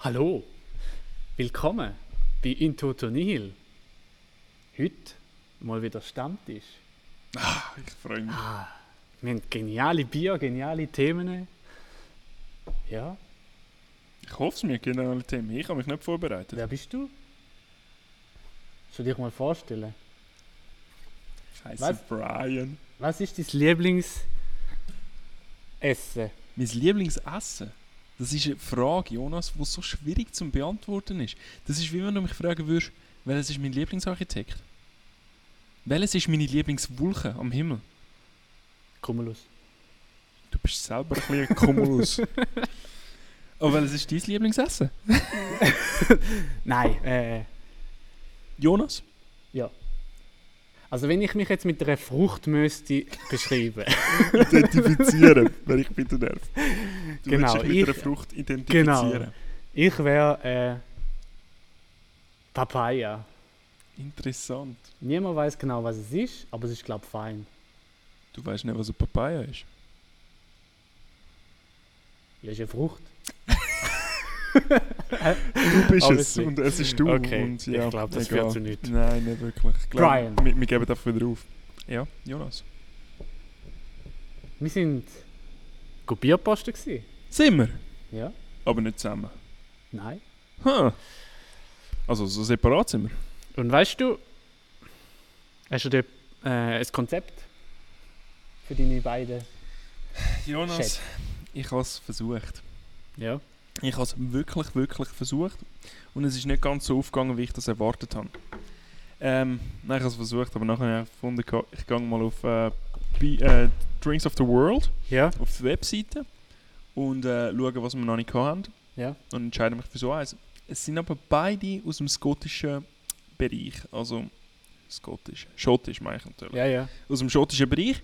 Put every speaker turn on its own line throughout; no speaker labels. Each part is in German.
Hallo, willkommen bei Intotonil. Heute mal wieder Stammtisch.
Ah, Ich freue mich.
Wir haben geniale Bier, geniale Themen. Ja,
Ich hoffe es mir, generell Themen. Ich habe mich nicht vorbereitet.
wer bist du? Soll ich dich mal vorstellen?
Ich heiße
Was?
Brian.
Was ist dein Lieblingsessen?
Mein Lieblingsessen? Das ist eine Frage, Jonas, die so schwierig zu beantworten ist. Das ist wie wenn du mich fragen würdest, welches ist mein Lieblingsarchitekt? Welches ist meine Lieblingswolke am Himmel?
Cumulus.
Du bist selber ein bisschen ein Kumulus. Aber welches ist dein Lieblingsessen?
Nein, äh,
Jonas?
ja. Also wenn ich mich jetzt mit einer Frucht müsste beschreiben.
Identifizieren, wenn ich bitte darf. Du
Genau,
willst dich mit
ich-
einer Frucht identifizieren.
Genau. Ich wäre äh, Papaya.
Interessant.
Niemand weiß genau, was es ist, aber es ist, glaube ich, fein.
Du weißt nicht, was eine Papaya ist.
Ja, ist eine Frucht.
Du bist es
Obviously.
und es ist du.
Okay,
Und, ja,
ich glaub, das
egal.
führt zu nichts.
Nein, nicht wirklich. Ich glaub,
Brian.
Wir, wir geben dafür wieder auf. Ja, Jonas.
Wir sind go Bierposten gsi.
Sind wir,
Ja?
aber nicht zusammen.
Nein.
Hm. Also so separat sind wir.
Und weißt du, hast du dir äh, ein Konzept für deine beiden?
Jonas,
Shit.
ich habe es versucht.
Ja.
Ich habe es wirklich, wirklich versucht. Und es ist nicht ganz so aufgegangen, wie ich das erwartet habe. Ähm, nein, ich habe es versucht, aber nachher habe ich gefunden, ich gehe mal auf äh, Bi- äh, Drinks of the World.
Ja?
auf die Webseite und äh, schauen, was wir noch nicht haben.
Ja.
Und entscheide mich für so eins. Es sind aber beide aus dem schottischen Bereich. Also schottisch. Schottisch meine ich natürlich.
Ja, ja.
Aus dem schottischen Bereich.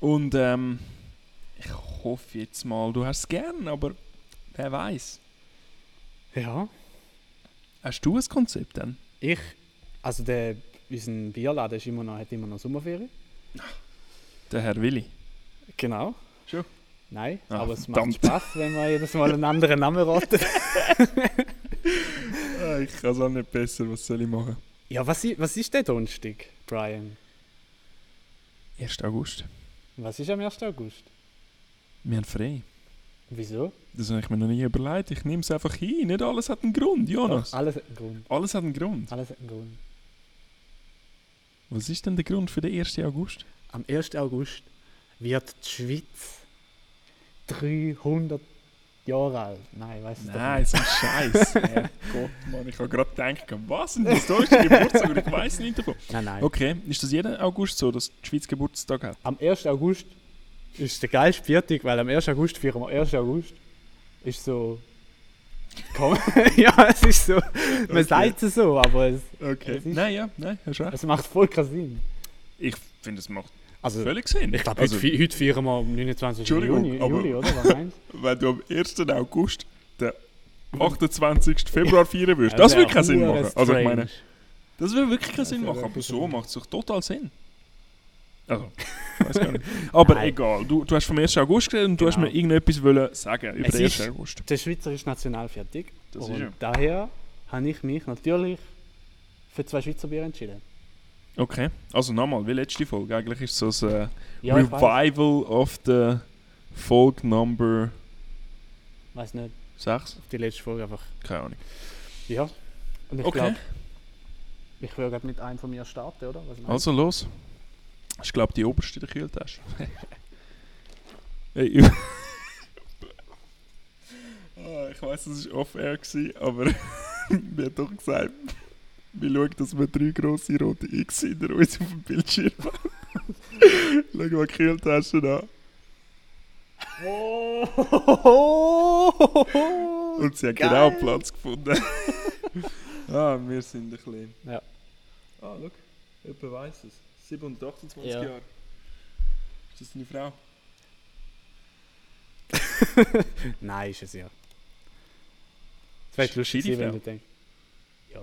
Und ähm, ich hoffe jetzt mal, du hast es gern, aber wer weiß.
Ja.
Hast du ein Konzept dann?
Ich, also der, unser Bierladen ist immer noch, hat immer noch Sommerferien.
Der Herr Willi.
Genau.
Schon?
Nein,
Ah,
aber es macht
verdammt.
Spaß, wenn man jedes Mal einen anderen Namen raten.
Äh, ich kann es auch nicht besser, was soll ich machen?
ja, was, i- was ist der Donnerstag, Brian?
1. August.
Was ist am 1. August?
Wir haben frei.
Wieso?
Das habe ich mir noch nie überlegt. Ich nehme es einfach hin. Nicht alles hat einen Grund, Jonas.
Doch, alles hat einen Grund.
Alles hat einen Grund.
Alles hat einen Grund.
Was ist denn der Grund für den 1. August?
Am 1. August wird die Schweiz 300 Jahre alt. Nein, weiß es
Nein, so ein Scheiß. Oh Gott, Mann, ich habe gerade gedacht, was denn das? Da ist der Geburtstag, aber ich weiß nicht davon.
doch nicht. Nein, nein.
Okay, ist das jeden August so, dass die Schweiz Geburtstag hat?
Am 1. August ist der geilste Viertag, weil am 1. August feiern wir 1. August. Ist so... Komm, ja, es ist so... Man
Okay.
sagt es so, aber es,
Okay.
Es ist-
Nein, ja, nein, hast recht.
es macht voll keinen Sinn.
Ich finde, es macht
Also,
völlig Sinn.
ich glaube,
also,
heute, heute feiern wir am 29.
Entschuldigung,
Juni,
aber-
Juli, oder? Was meinst du?
wenn du am 1. August den 28. Februar feiern würdest, das
wär
würde keinen Sinn
hure
machen. Also ich
strange.
meine, das würde wirklich keinen Sinn
wär
machen, aber
wirklich
so
strange.
macht es doch total Sinn. Also, weiß gar nicht. Aber
Nein.
egal, du, du hast vom 1. August geredet und du hast
Genau.
mir irgendetwas wollen sagen über
Es
den 1.
ist-
August.
Der Schweizer ist national fertig.
Das ist
und
er.
daher habe ich mich natürlich für zwei Schweizer Bier entschieden.
Okay, also nochmal, wie letzte Folge. Eigentlich ist es so ein äh,
Ja, ich weiß,
Revival of the Folk Number
weiß nicht,
6.
auf die letzte Folge einfach.
Keine Ahnung.
Ja. Und ich
Okay.
glaube, ich würde gerade mit einem von mir starten, oder? Was meinst du?
Also los. Ich glaube, die oberste in der Kühltasche. hey, ich Ah, ich weiß, das war off-air, gewesen, aber mir hat doch gesagt, wir schauen, dass wir drei grosse rote X hinter uns auf dem Bildschirm haben. Schauen wir die Kühltasche an.
Oh!
Und sie hat
Geil.
genau Platz gefunden. ah, wir sind ein bisschen.
Ja.
Ah, schau, jemand weiß es. 728
Ja.
Jahre. Ist das deine Frau?
Nein, ist es ja. Es wäre
Sch-
lustig, gewesen, wenn
Schiedefrau.
du denkst. Ja.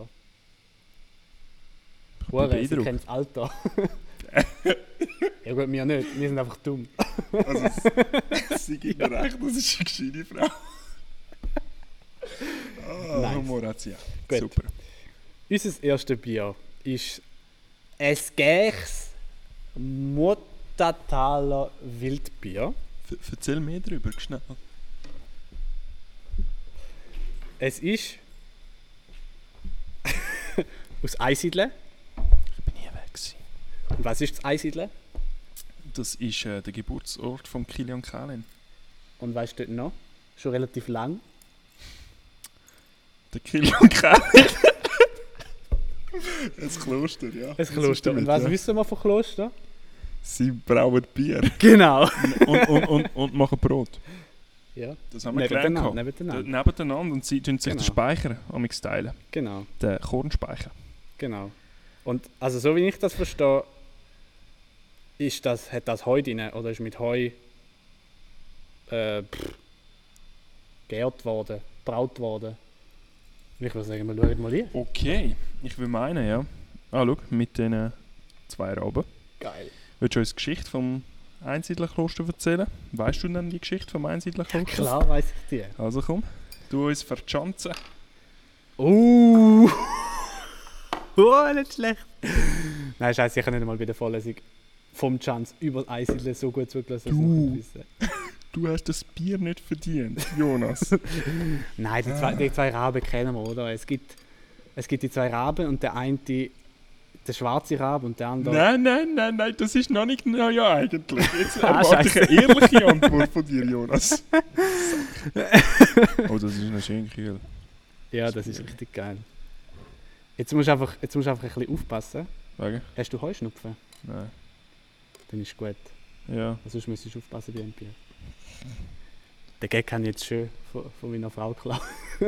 bin
Hure, sie
beeindruckt.
kennt das Alter. ja gut, wir nicht. Wir sind einfach dumm.
Also, es- sie gibt mir recht, das ist eine gescheite Frau. ah, Ah,
Nice.
Humor hat sie auch.
Gut.
Super.
Unser erstes Bier ist ein gächs Muttertaler Wildbier.
V- Erzähl mehr darüber, schnell.
Es ist aus Einsiedeln.
Ich bin nie weg. Gewesen.
Und was ist das Einsiedeln?
Das ist äh, der Geburtsort von Kilian Kalin.
Und was steht noch? Schon relativ lang.
Der Kilian Kalin. Ein Kloster, ja.
Ein
Das ist
Kloster. Und
damit,
was
ja.
wissen wir von Kloster?
Sie brauen Bier
Genau.
und, und, und, und machen Brot.
Ja,
Das haben wir gelernt.
nebeneinander.
gehabt. Da-
nebeneinander.
Nebeneinander und sie tun sich
Genau.
den Speicher amix teilen.
Genau,
Den Kornspeicher.
genau. Und also so wie ich das verstehe, ist das, hat das Heu drin oder ist mit Heu äh, pff, gärt worden, braut worden. Und Ich würde sagen, wir schauen mal hier.
Okay, ich will meinen, ja. Ah, schau, mit den äh, zwei Rauben.
Geil.
Willst du uns die Geschichte vom Einsiedlerkloster erzählen? Weißt du denn die Geschichte vom Einsiedlerkloster?
Klar weiß ich die.
Also komm, du uns verschanzen.
Uh! oh, nicht schlecht. Nein, scheiße, ich kann nicht einmal bei der Vorlesung vom Chance über Einsiedeln so gut zugelassen, dass ich
Du.
nicht wissen.
Du hast das Bier nicht verdient, Jonas.
Nein, die zwei, die zwei Raben kennen wir, oder? Es gibt, es gibt die zwei Raben und der eine, die, der schwarze Rabe und der andere.
nein, nein, nein, nein, das ist noch nicht neu ja, eigentlich. Jetzt
Ah,
erwarte ich eine ehrliche Antwort von dir, Jonas. oh, das ist ein schöner Kühl.
Ja, das ist richtig geil. Jetzt musst du einfach, jetzt musst du einfach ein bisschen aufpassen.
Wegen?
Hast du Heuschnupfen?
Nein.
Dann ist gut. Also
Ja.
Sonst müsstest du aufpassen bei einem Bier. Den Gag habe ich jetzt schön von, von meiner Frau geklaut.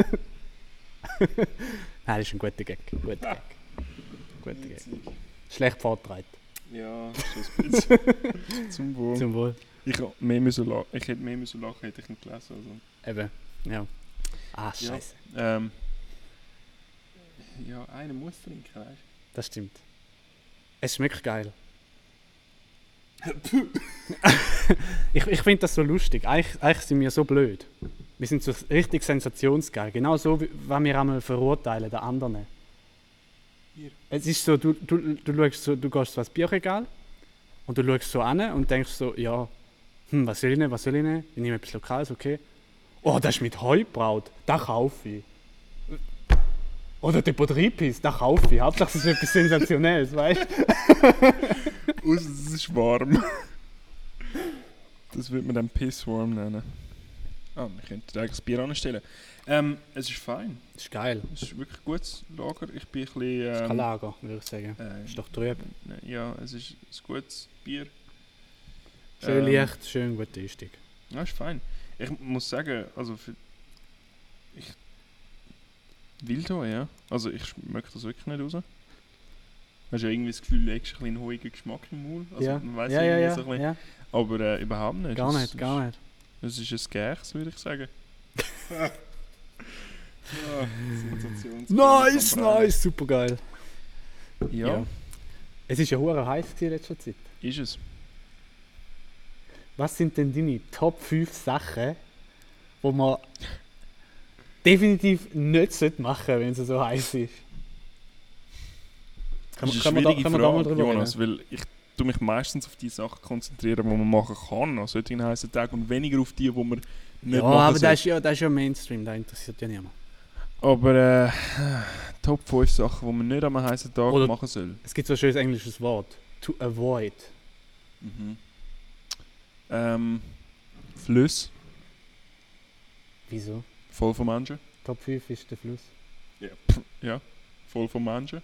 Nein, das ist ein guter Gag. Guter Gag. Guter Gag. Schlecht vorbereitet.
Ja, schon ein bisschen. Zum Wohl.
Zum Wohl.
Ich, hab mehr müssen la- ich hätte mehr müssen lachen, hätte ich nicht gelesen. Also.
Eben. Ja. Ah, scheiße.
Ähm, ja, einer muss trinken, weißt
Das stimmt. Es schmeckt geil. ich ich finde das so lustig. Eigentlich, eigentlich sind wir so blöd. Wir sind so richtig sensationsgeil. Genau so, wie wenn wir einmal verurteilen, den anderen.
Hier.
Es ist so, du, du, du, schaust so, du gehst so ans Bierregal und du schaust so an und denkst so, ja, hm, was soll ich nehmen, was soll ich nehmen? Ich nehme etwas Lokales, okay. Oh, das ist mit Heu gebraut, das kaufe ich. Oder der Podripis, das kaufe ich. Hauptsache, es ist etwas Sensationelles, weißt du?
du? Außer es ist warm. das würde man dann Pisswarm nennen. Ah, wir könnten eigentlich das Bier anstellen. Ähm, es ist fein.
Das ist geil.
Es ist wirklich ein gutes Lager. Ich bin ein bisschen.
Das ist
Ähm,
kein Lager, würde ich sagen.
äh,
Ist doch trüb.
ne- ja, es ist ein gutes Bier.
Schön
Ähm,
leicht, schön gute Einstieg.
Ja, ist fein. Ich muss sagen, also für. Ich. Wildheu, ja. Also ich schmecke das wirklich nicht raus. Hast ja irgendwie das Gefühl, du legst ein bisschen einen hohigen Geschmack im Mund. Also
ja.
man weiß
ja, ja,
irgendwie
ja,
so ein bisschen.
ja.
Aber äh, überhaupt nicht.
Gar
Es-
nicht, gar nicht.
Es ist ein Gächs, würde ich sagen. ja, Sensations-
Nice, nice, super geil.
Ja,
Ja. Es ist ja hure heiß gewesen in letzter Zeit.
ist es.
Was sind denn deine Top 5 Sachen, wo man definitiv nicht sollte machen sollte, wenn es so heiß ist? Kann,
Das ist
kann,
eine
man, da,
schwierige
kann man da mal
Frage,
drüber
Jonas,
reden?
weil ich tue mich meistens auf die Sachen konzentrieren, die man machen kann an solchen heißen Tagen und weniger auf die, die man nicht
Ja,
machen
aber
sollte.
das ist ja, das ist ja Mainstream, da interessiert ja niemand.
Aber äh, Top 5 Sachen, die man nicht an einem heißen Tag
Oder-
machen soll.
Es gibt so ein schönes englisches Wort. To avoid.
Mhm. Ähm, Flüsse,
Wieso?
voll von Menschen.
Top 5 ist der Fluss.
Ja, voll von Menschen.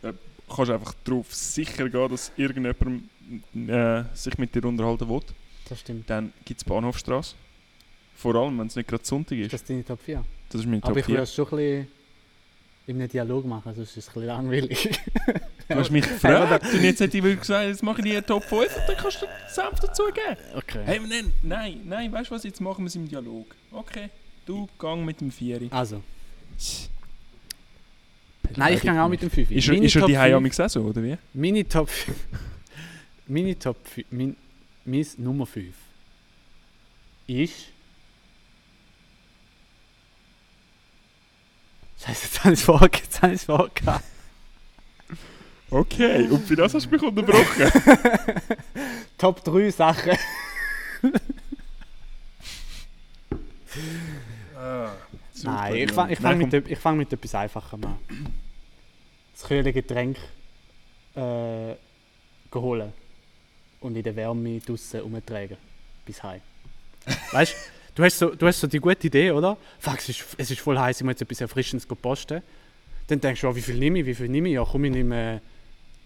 Da kannst du einfach darauf sicher gehen, dass irgendjemand äh, sich mit dir unterhalten will.
Das stimmt.
Dann gibt es Bahnhofstrasse. Vor allem, wenn es nicht gerade Sonntag
Ist
ist.
das deine Top 4?
Das ist mein
Aber
Top
ich will
4.
das schon ein bisschen in einem Dialog machen, sonst ist es ein bisschen langweilig.
Du hast mich gefragt und jetzt hätte ich wirklich gesagt, jetzt mache ich die Top 5 und dann kannst du den Senf dazugeben.
Okay.
Hey, nein, nein, nein, weißt du was, jetzt machen wir es im Dialog. Okay, du gang mit dem Vieri.
Also. Nein, ich gehe auch mit dem 5.
Ist er, ist er die Heiamix auch so, oder wie?
Mini Top 5. Mini Top 5. Min, mein Nummer 5 ist. Scheiße, jetzt habe ich es vorge- jetzt habe ich es vorgehabt.
Okay, und für das hast du mich unterbrochen.
Top 3 Sachen.
Super,
Ah, Nein, ich
ja.
fange ich fang
Nein,
mit, et- ich fang mit etwas Einfachem an. Das kühle Getränk äh, holen und in der Wärme draussen umtragen. Bis heim. Weißt du, du hast so, du hast so die gute Idee, oder? Fuck, es ist, es ist voll heiß, ich muss jetzt etwas Erfrischendes go posten. Dann denkst du, oh, wie viel nehme ich, wie viel nehme ich? Ja, komm, ich nehme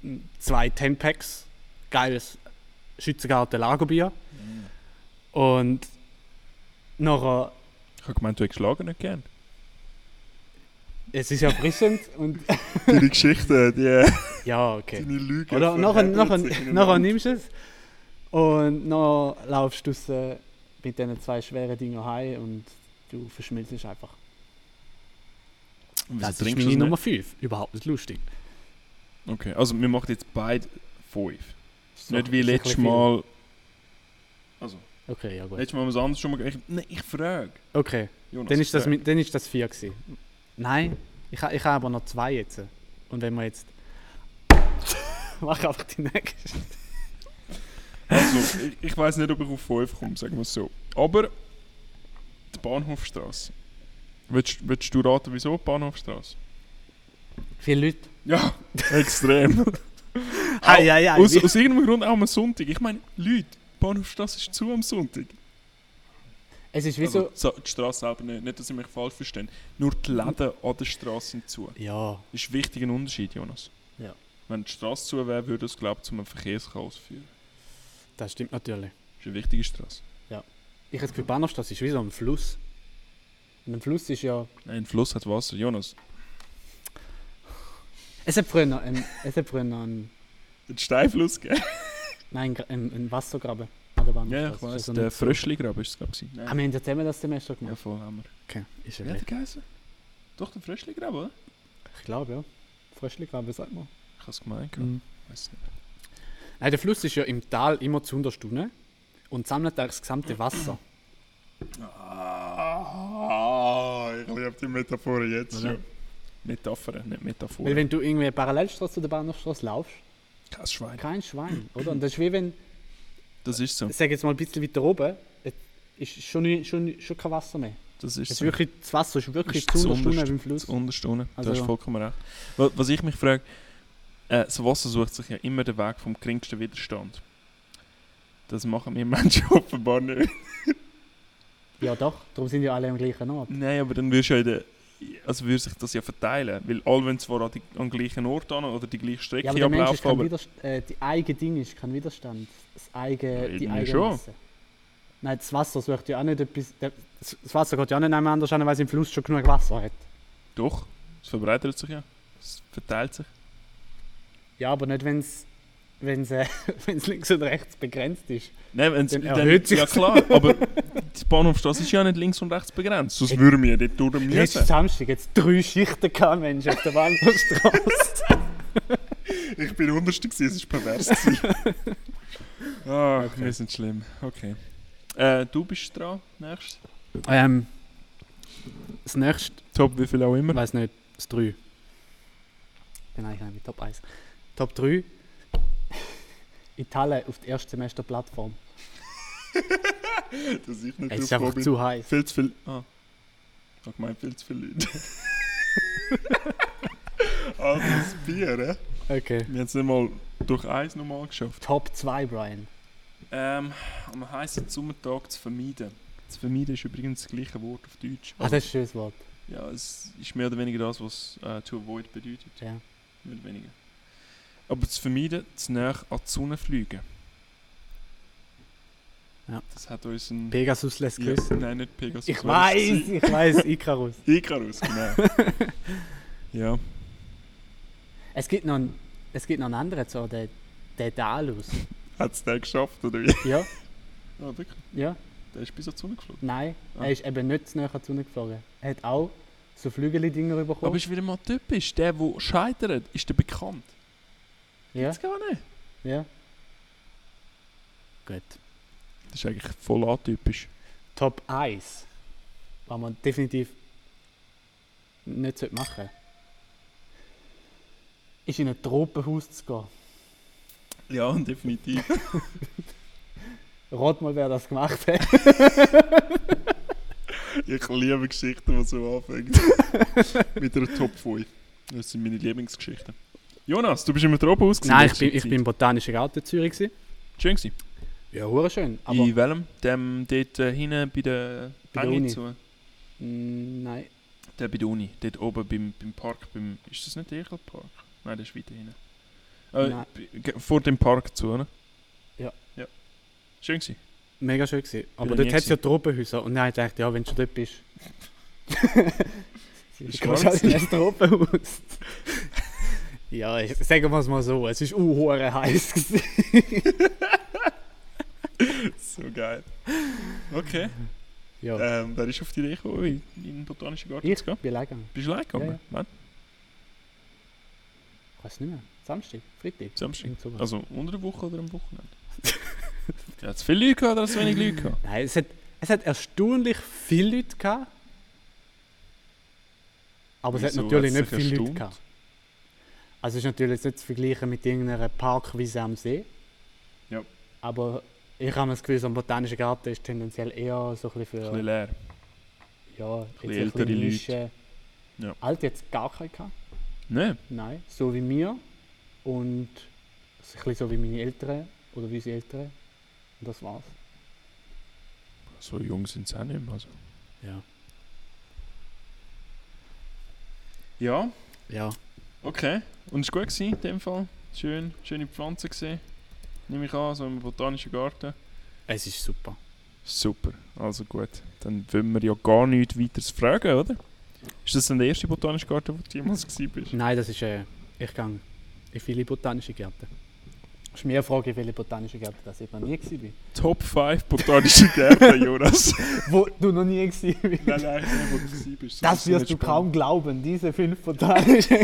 äh, zwei 10-Packs, geiles Schützengarten Lagerbier.
Mhm.
Und nachher
Ich habe gemeint, du hättest Schlager nicht gern.
Es ist erfrischend und.
Deine Geschichten, die,
Ja, okay.
deine Lügen.
Oder nachher, nachher,
verheddern sich
nachher nimmst du es und dann laufst du raus mit diesen zwei schweren Dingen heim und du verschmilzt einfach.
Wieso
Das ist
trinkst du
meine
nicht?
Nummer 5. Überhaupt nicht lustig.
Okay, also wir machen jetzt beide fünf.
So,
nicht wie
so ein bisschen
letztes
viel.
Mal. Also,
Okay, ja gut.
letztes Mal haben wir es anders schon mal gemacht. Nein, ich frage.
Okay,
Jonas,
dann ist das,
frag.
mit- dann ist das 4 gewesen. Nein, ich, ha- ich habe aber noch zwei jetzt. Und wenn wir jetzt. Mach einfach die nächste.
Also, ich, ich weiß nicht, ob ich auf 5 komme, sagen wir es so. Aber die Bahnhofstrasse. Willst, willst du raten, wieso die Bahnhofstrasse?
Viele Leute.
Ja, extrem.
Hei, hei, hei.
aus, aus irgendeinem Grund auch am Sonntag. Ich meine, Leute, die Bahnhofstrasse ist zu am Sonntag.
Es ist wie
Also,
so.
so, die Straße selber nicht, nicht, dass ich mich falsch verstehe. Nur die Läden an der Straße sind zu.
Ja,
Das ist ein wichtiger Unterschied, Jonas.
Ja.
Wenn die Straße zu wäre, würde es, glaube ich, zu einem Verkehrschaos führen.
das stimmt natürlich.
Das ist eine wichtige Straße.
Ich habe das Gefühl, Bahnhofstrasse ist wie so ein Fluss. Und ein Fluss ist ja.
Nein, ein Fluss hat Wasser. Jonas,
Es hat früher noch einen, es hat früher noch einen,
ein Steinfluss, gell?
nein, gra- einen, einen Wassergraben an der Wand. Also,
Ja, ich weiß. Der Fröschligraben ist es, glaube ich.
Haben Ah, wir haben ja zusammen das Semester
Ja,
gemacht.
voll haben wir.
Okay, ist ja
Wie hat
gleich.
der geheißen? Doch, der Fröschligraben, oder?
Ich glaube, ja. Fröschligraben, sagt man.
Ich habe es gemeint. Mhm.
Mhm.
Weiß
Nein, der Fluss ist ja im Tal immer zu Stunden und sammelt da das gesamte Wasser.
nicht. Ah, ich liebe die Metaphor jetzt
Oder?
Metaphern, nicht
Weil
Metaphor.
wenn du irgendwie parallelstraße zu der Bahnhofstraße laufst,
Kein Schwein.
kein Schwein, oder? Und das ist wie wenn,
Das ist so.
ich sage jetzt mal ein bisschen weiter oben, es ist schon, nie- schon, schon kein Wasser mehr.
Das ist
Es ist
so.
wirklich, das Wasser ist wirklich
Ist
zu
das
Stunden
unterste-
im Fluss.
Das unterste unten.
Also-
Du hast vollkommen recht. Wa- Was ich mich frage, äh, das Wasser sucht sich ja immer den Weg vom geringsten Widerstand. Das machen wir Menschen offenbar nicht.
Ja doch, darum sind ja alle am gleichen Ort.
Nein, aber dann würdest du ja in der, also würde sich das ja verteilen, weil alle wollen zwar an die, am gleichen Ort an oder die gleiche Strecke
Ja, aber der Mensch ist
ablaufen,
kein
aber
Widerstand, äh, die eigene Ding ist kein Widerstand. Das
Ja,
eigene, die
irgendwie
eigene
schon.
Masse. Nein, das Wasser sucht ja auch nicht etwas, der- das das Wasser geht ja auch nicht einmal anders an, weil es im Fluss schon genug Wasser hat.
doch, es verbreitet sich ja, es verteilt sich.
Ja, aber nicht, wenn es wenn's, äh, wenn's links und rechts begrenzt ist.
Nein, wenn's,
Dann erhöht sich's.
Ja klar, aber die Bahnhofstraße ist ja nicht links und rechts begrenzt, sonst würden wir ja dort durch
Letzten
müssen.
Samstag jetzt drei Schichten gehabt, Mensch, auf der Bahnhofstraße.
Ich bin unterste, gewesen, es war pervers. gewesen. Ach, wir sind schlimm, okay. Äh, du bist dran, nächstes.
ähm, das nächste,
Top, wie viel auch
ich
immer.
weiß nicht, das 3. Bin eigentlich nicht mit Top 1. Top 3. Italien auf der Erstsemester-Plattform.
Dass ich nicht
Es ist
drauf
einfach
gekommen
zu heiß.
Viel zu viel. Ah. Ich meine, viel zu viele Leute. also das Bier, hä?
Okay.
Wir haben es nicht mal durch eins normal geschafft.
Top 2, Brian.
Ähm, am heißen Sommertag zu vermeiden. Zu vermeiden ist übrigens das gleiche Wort auf Deutsch.
Ah, das ist ein schönes Wort.
ja, es ist mehr oder weniger das, was äh, to avoid bedeutet.
Ja.
Mehr oder weniger. Aber zu vermeiden, zu näher an die Sonne fliegen.
Ja.
Das hat uns ein.
Pegasus lässt
ja,
grüßen.
nein, nicht Pegasus.
Ich
wer war das
weiß,
gewesen?
ich weiß, Icarus.
Icarus, genau. ja.
Es gibt noch einen, es gibt noch einen anderen, so der Dedalus.
Hat es der geschafft, oder wie?
Ja,
Ja, wirklich.
ja,
Der ist bis zur Sonne geflogen.
nein.
Ah.
Er ist eben nicht zu näher zu uns geflogen. Er hat auch so Flügel-Dinger
Aber
bekommen.
ist wieder mal typisch. Der, der scheitert, ist der bekannt.
Ja,
Das gar nicht.
ja. Gut.
Das ist eigentlich voll atypisch.
Top 1. Was man definitiv nicht sollte machen sollte, ist in ein Tropenhaus zu gehen.
Ja, definitiv.
Rat mal, wer das gemacht hat.
Ich liebe Geschichten, die so anfangen. Mit einer Top 5. Das sind meine Lieblingsgeschichten. Jonas, du bist im Metropolis gewesen
Nein, ich
letzte
bin, ich
Zeit.
bin im Botanischen Garten in Zürich. Gewesen.
Schön gewesen.
Ja, hure schön. Aber
In welchem? Dem dort äh, hinten bei der
Bei der
Enge
Uni.
zu.
Mm, nein,
Der bei der Uni. Dort oben beim, beim Park. Beim, ist das nicht der Egelpark? Nein, der ist weiter hinten. Äh,
Nein.
b- Vor dem Park zu, ne?
Ja.
ja. Schön gewesen.
mega schön gewesen. Aber
noch
dort
nie
hat es ja Tropenhäuser. Und dann habe ich gedacht, ja, wenn du schon dort bist.
Ist
Ich
warm
gehst halt in ein Tropenhaus. ja, ich, sagen wir es mal so. Es war unhure heiß. gewesen.
So geil. Okay.
ja,
Ähm, wer ist auf die Idee gekommen, in in den Botanischen Garten
ich
zu gehen?
bin allein gegangen.
Bist du allein gekommen?
Ja, ja.
Wann?
Ich weiß nicht mehr. Samstag, Freitag.
Samstag?
Irgend sowas.
Also unter der Woche oder am Wochenende? ja, hat es viele Leute gehabt oder hat es wenig Leute gehabt?
Nein, es hat, es hat erstaunlich viele Leute gehabt. Aber es
Wieso
hat natürlich
hat's
nicht
dich
viele Leute
erstaunt?
gehabt. Also es ist natürlich jetzt nicht zu vergleichen mit irgendeiner Parkwiese am See.
Ja.
Aber ich habe das Gefühl, so ein botanischer Garten ist tendenziell eher so ein bisschen
Ein bisschen
für
leer.
ja, jetzt
bisschen
ein bisschen
ältere Leute.
Nische.
Ja.
Alt jetzt gar keinen gehabt.
Nein.
Nein, so wie mir und so ein bisschen so wie meine Eltern oder wie unsere Eltern. Und das war's.
So jung sind sie auch nicht mehr. Also.
Ja.
Ja,
Ja.
okay. Und es war gut gewesen, in dem Fall. Schön, schöne Pflanzen gesehen. Nehme ich an, so im Botanischen Garten.
Es ist super.
Super, also gut. Dann wollen wir ja gar nichts weiteres fragen, oder? Ist das denn der erste Botanische Garten, wo du jemals gewesen bist?
Nein, das ist. Äh, ich gehe in viele botanische Gärten. Es ist mehr eine Frage, in welche botanische Gärten das ich noch nie war.
Top 5 Botanische Gärten, Jonas.
Wo du noch nie warst.
nein, nein, nicht, wo du gewesen bist.
Das
ist
wirst
nicht
du kaum
spannend.
glauben, diese fünf botanischen.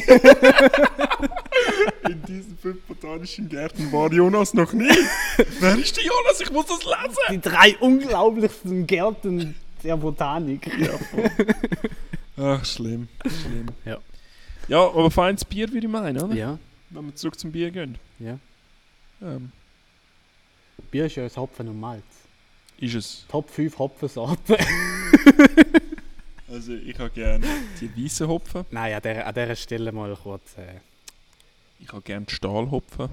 In diesen fünf Botanischen Gärten war Jonas noch nie. Wer ist der Jonas? Ich muss das lesen.
Die drei unglaublichsten Gärten der Botanik.
Ja, voll. Ach, schlimm. schlimm.
Ja.
ja, aber feines Bier würde ich meinen, oder?
Ja,
Wenn wir zurück zum Bier gehen.
ja.
Ähm,
Bier ist ja aus Hopfen und Malz.
ist es.
Top 5 Hopfensorten.
Also ich habe gerne die weißen Hopfen.
Nein, an dieser, an dieser Stelle mal kurz. Äh,
Ich habe gerne Stahlhopfen.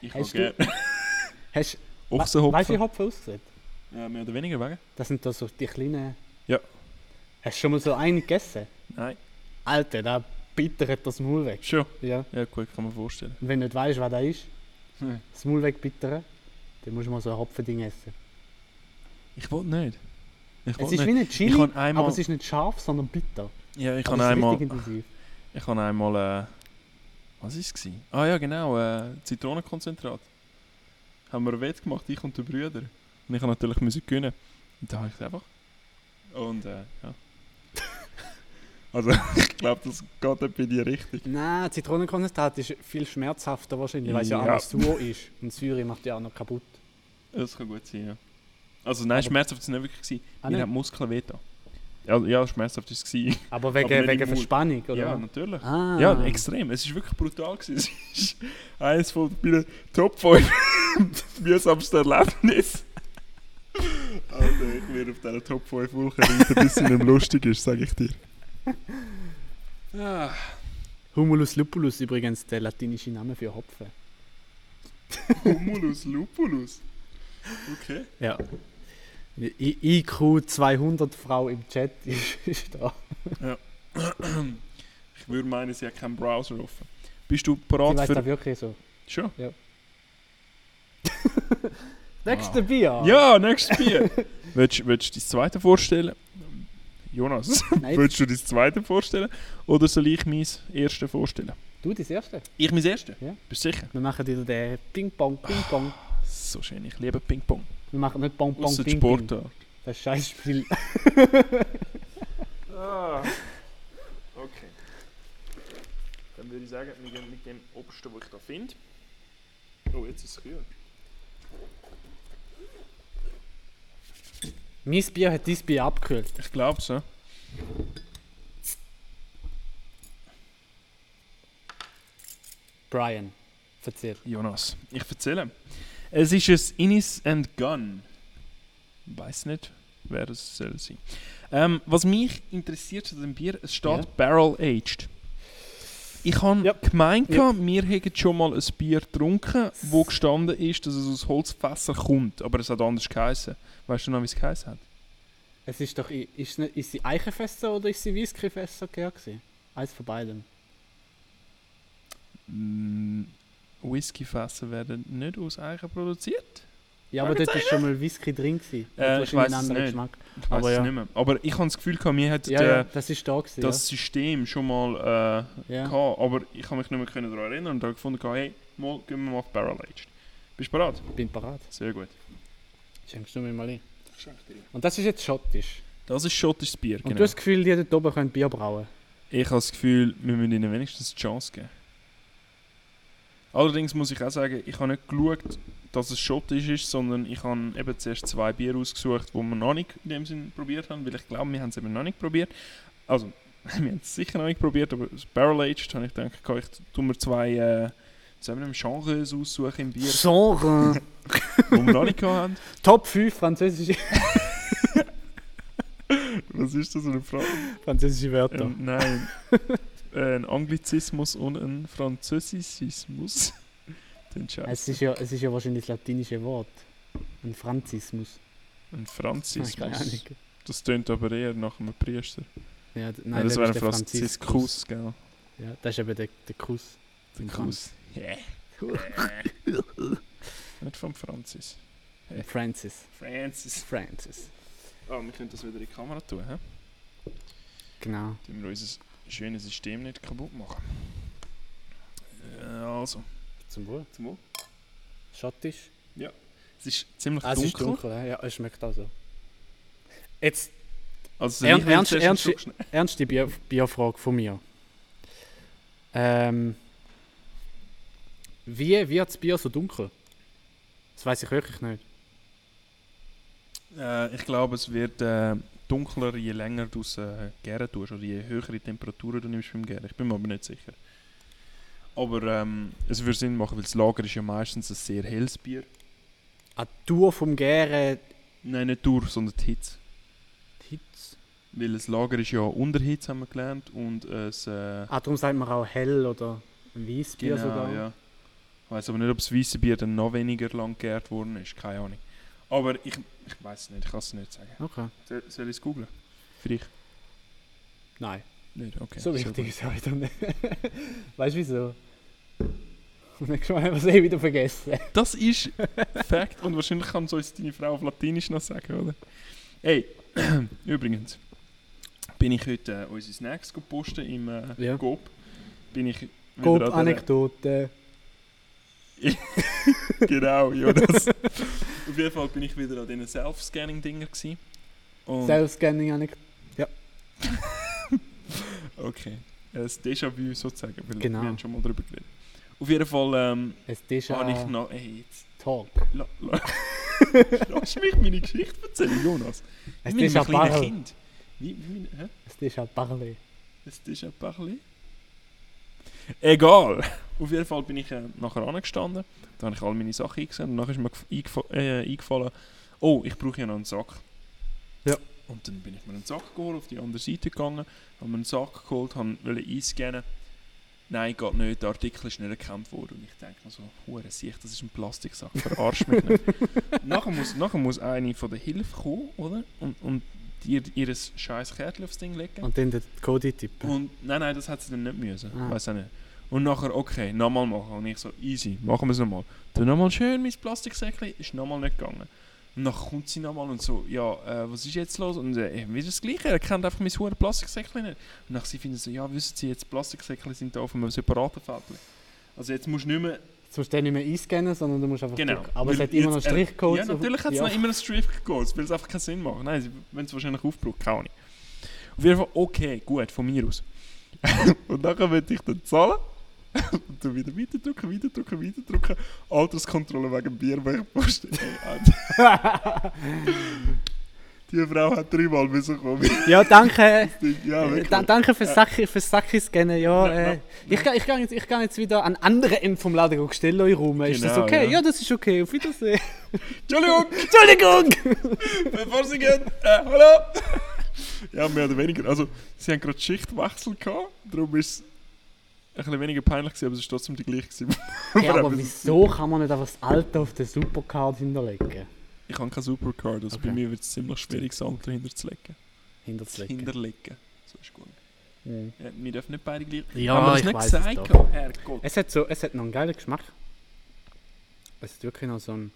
Ich habe
Hast
gerne
du- hast Weißt du, wie
Ochsenhopfen.
Hopfen aussieht?
Ja, mehr oder weniger, wegen?
Das sind da so die kleinen.
Ja.
Hast du schon mal so einen gegessen?
Nein.
Alter, da bittert das Maul weg.
Schon?
Ja.
Ja, gut, kann man vorstellen.
Und wenn du nicht weißt, was das ist,
Hm.
das Maul wegbittern, dann musst du mal so ein Hopfending essen.
Ich wollte nicht. Ich
Es
wollte
ist
nicht.
wie nicht
ich
Chili,
habe einmal,
aber es ist nicht scharf, sondern bitter.
ja, ich
Aber
habe
es ist
einmal,
richtig intensiv.
ich habe einmal, äh, was ist es gewesen? Ah ja, genau, äh, Zitronenkonzentrat. Haben wir einen Wett gemacht, ich und der Brüder. Und ich habe natürlich müssen gewinnen. Und da habe ich es einfach. Und äh, ja. also ich glaube, das geht etwa in die Richtung.
Nein, Zitronenkonzentrat ist viel schmerzhafter wahrscheinlich, weil es ja,
Ja.
auch noch sauer ist. Und Säure macht ja auch noch kaputt.
Ja, Das kann gut sein, ja. Also nein,
Aber-
schmerzhaft war es nicht wirklich. Gewesen.
Ah,
Mir
nicht?
hat Muskeln wehgetan. Ja, ja, schmerzhaft war es. gewesen.
Aber wegen,
Aber nicht
wegen
im Maul.
Verspannung, oder?
Ja, natürlich.
Ah.
Ja, extrem. Es war wirklich brutal. Gewesen. Es ist eines von meinen Top 5 mühsamsten Erlebnisse. Alter, Oh ich werde auf dieser Top 5 Woche reiten, bis es nicht mehr lustig ist, sage ich dir. Ah,
Humulus lupulus übrigens der latinische Name für Hopfen.
Humulus Lupulus. Okay.
Ja. I IQ 200 Frau im Chat ist, ist da.
Ich würde meinen, sie hat keinen Browser offen. Bist du
Sie
bereit
weiß
für...
da wirklich so.
Schon?
Nächste Bier!
Ja, nächstes Bier. willst, willst du dein zweite vorstellen? Jonas,
Nein,
willst du dein zweite vorstellen? Oder soll ich mein erste vorstellen?
du das erste.
Ich mein erste?
Ja.
Bist du sicher?
Wir machen wieder den Ping-Pong, Ping-Pong.
So schön, ich liebe Ping-Pong.
Wir machen nicht Pong-Pong,
Ausser die
Ping-Pong.
Sportart.
Das ist scheiß Spiel.
Ah. Okay. Dann würde ich sagen, wir gehen mit dem Obsten, wo ich da finde. Oh, jetzt ist es kühl.
mein Bier hat dein Bier abgekühlt.
Ich glaube so.
Brian, erzähl.
Jonas, ich erzähle. Es ist ein Innis and Gun. Weiß nicht, wer es soll sein. Ähm, was mich interessiert zu dem Bier, es steht
Ja.
Barrel Aged. Ich habe
Ja.
gemeint, wir hätten schon mal ein Bier getrunken, wo gestanden ist, dass es aus Holzfässern kommt. Aber es hat anders geheißen. Weißt du noch, wie es geheißen hat?
Es ist doch, i- ist, ne- ist sie Eichenfässer oder ist sie Whiskyfässer gewesen? Eins von beidem.
Mm, Whiskyfässer werden nicht aus Eichen produziert.
Ja, aber dort war schon mal Whisky drin. Gewesen.
Äh,
Hat wahrscheinlich
ich weiss
einen
es
anderen
nicht.
Geschmack.
Ich
Aber
weiß es
ja.
nicht mehr. Aber ich habe das Gefühl, gehabt, wir hätten
Ja,
äh,
ja, das ist da gewesen.
das System schon mal äh,
ja. Ja.
gehabt, aber ich habe mich nicht mehr können daran erinnern und habe gefunden, gehabt, hey, mal, gehen wir mal auf Barrel Aged. Bist du bereit?
Bin parat.
Sehr gut.
Schenkst du mir mal ein. Und das ist jetzt schottisch.
Das ist schottisches Bier,
Und
genau.
du hast das Gefühl, die dort oben können Bier brauen.
Ich habe das Gefühl, wir müssen ihnen wenigstens die Chance geben. Allerdings muss ich auch sagen, ich habe nicht geschaut, dass es schottisch ist, sondern ich habe eben zuerst zwei Bier ausgesucht, die wir noch nicht in dem Sinn probiert haben, weil ich glaube, wir haben es eben noch nicht probiert. Also, wir haben es sicher noch nicht probiert, aber das Barrel Aged habe ich gedacht, okay, ich tue mir zwei äh, sagen wir, Genres aussuchen im Bier,
Genre.
die wir noch nicht gehabt haben.
Top 5 französische,
Was ist das für eine Frage?
französische Wörter.
Ähm, nein. Äh, ein Anglizismus und ein Französismus. Den Scheiß.
Es, ist ja, es ist ja wahrscheinlich das latinische Wort. Ein Franzismus.
Ein
Ich keine Ahnung.
Franzismus. Das tönt aber eher nach einem Priester.
Ja, d-
Nein,
nein,
das
der
wäre ein
ist der Franziskus.
Franziskus, genau.
Ja, das ist eben der, der Kuss.
Der
Ein
Kuss. Yeah. Nicht vom Franzis. Äh.
Francis.
Franzis.
Francis.
Oh, wir können das wieder in die Kamera tun, hä?
Genau.
Damit wir unser schönes System nicht kaputt machen. Äh, also.
Zum Wohl.
Zum Wohl.
Schottisch.
Es ist ziemlich
Ah, es ist
dunkel.
dunkel, hä? ja, es schmeckt auch so. Jetzt,
Also,
Ern-
ich will
ernst-
zuerst einen
ernst-
Schluck schn-
ernste Bier, Bierfrage von mir. Ähm, wie wird das Bier so dunkel? Das weiß ich wirklich nicht.
Äh, ich glaube, es wird äh, dunkler, je länger du es äh, gären tust oder je höhere Temperaturen du nimmst beim Gären. Ich bin mir aber nicht sicher. Aber ähm, es würde Sinn machen, weil das Lager ist ja meistens ein sehr helles Bier.
Eine Tour vom Gären,
Nein, nicht durch, sondern die Hitze.
die Hitze.
Weil das Lager ist ja unter Hitze, haben wir gelernt. Und es... Äh,
Ah, darum sagt man auch hell oder Weißbier sogar.
Genau, ja. Ich weiß aber nicht, ob das weiße Bier dann noch weniger lang gärt worden ist. Keine Ahnung. Aber ich, ich weiß es nicht, ich kann es nicht sagen.
Okay.
Soll, soll ich es googeln? Für dich?
Nein,
Nicht, okay.
so
Sehr
wichtig ist es heute nicht. weißt du wieso? Und nächstes Mal haben wir es eh wieder vergessen.
Das ist Fakt und wahrscheinlich kann es uns deine Frau auf Latinisch noch sagen, oder? Ey, übrigens, bin ich heute äh, unsere Snacks gepostet im äh,
Ja.
Coop. Bin ich wieder
Grob
an der-
Anekdote.
Genau, Jonas. auf jeden Fall bin ich wieder an diesen Self-Scanning-Dinger gsi. Und-
Self-Scanning-Anekdote.
Okay, ein Déjà-vu sozusagen, weil
Genau.
wir haben schon mal drüber geredet. Auf jeden Fall ähm,
Es ist
habe ich
ein
noch... Ey, jetzt...
Talk.
La, la, lass mich meine Geschichte erzählen, Jonas.
Es
Wie
ist ein
mit einem kleinen
Barrel.
Kind. Wie, wie, meine- hä?
Es ist ein Barley.
Es ist ein Parley. Egal. Auf jeden Fall bin ich äh, nachher angestanden. Da habe ich all meine Sachen eingesehen. Und nachher ist mir gef- eingef äh, eingefallen, oh, ich brauche ja noch einen Sack.
Ja.
Und dann bin ich mir einen Sack geholt, auf die andere Seite gegangen, habe mir einen Sack geholt, habe wollte einscannen. Nein, geht nicht, der Artikel ist nicht erkannt worden. Und ich denke mir so, hure sich, das ist ein Plastiksack, verarsch mich nicht. nachher, muss, nachher muss eine von der Hilfe kommen, oder? Und, und ihr, ihr scheiß Kärtchen aufs Ding legen.
Und dann den Cody tippen.
Und nein, nein, das hat sie dann nicht müssen.
Ah.
Weiß auch nicht. Und nachher, okay, nochmal machen. Und ich so, easy, machen wir es nochmal. Dann nochmal schön mein Plastiksäckchen, ist nochmal nicht gegangen. Und nachher kommt sie nochmal und so, ja, äh, was ist jetzt los? Und äh, wieder das Gleiche, er kennt einfach mein hohes Plastiksäckchen nicht. Und nachher sie finden so, ja, wissen Sie, jetzt Plastiksäckchen sind da auf einem separaten Fädchen. Also jetzt musst du nicht mehr
Jetzt musst du den nicht mehr einscannen, sondern du musst einfach
Genau.
drücken. Aber es
Weil
hat immer noch
jetzt-
Strichcodes.
Ja,
auf-
natürlich hat es
ja.
noch immer einen Stripcode, weil es einfach keinen Sinn macht. Nein, sie- wenn es wahrscheinlich aufbraucht, keine Ahnung. Auf jeden Fall, okay, gut, von mir aus. und nachher will ich dann zahlen. und dann wieder weiterdrücken, weiterdrücken, weiterdrücken. Alterskontrolle wegen Bier, weil ich poste. Ey, Alter. Die Frau hat dreimal müssen kommen.
Ja, danke.
ja,
Äh,
Ah, wirklich.
da, danke fürs Sacki, fürs Sacki scannen, ja.
Ja,
Äh, ich gehe ich geh jetzt, ich geh jetzt wieder an andere Ende vom Laden gehen, stell euch rum. Ist das
Genau,
okay?
ja.
Ja. das ist okay. Auf Wiedersehen.
Entschuldigung,
Entschuldigung!
bevor Sie gehen, äh, hallo! ja, mehr oder weniger. Also, sie haben gerade Schichtwechsel gehabt, darum ist es ein bisschen weniger peinlich gewesen, aber es ist trotzdem die gleiche gewesen.
Ja, aber
eben,
wieso kann man nicht einfach das Alter auf den Supercard hinterlegen?
Ich habe kein Supercard, also bei
Okay.
mir wird es ziemlich schwierig, das andere hinterzulegen.
Hinterlegen.
Hinterlegen. So ist gut.
Mhm.
Ja, wir dürfen nicht beide gleich.
Ja,
haben wir das
ich
nicht
weiss es
gesagt?
doch.
gehabt? Herrgott.
Es hat, so, es hat noch einen geilen Geschmack. Es hat wirklich noch so einen.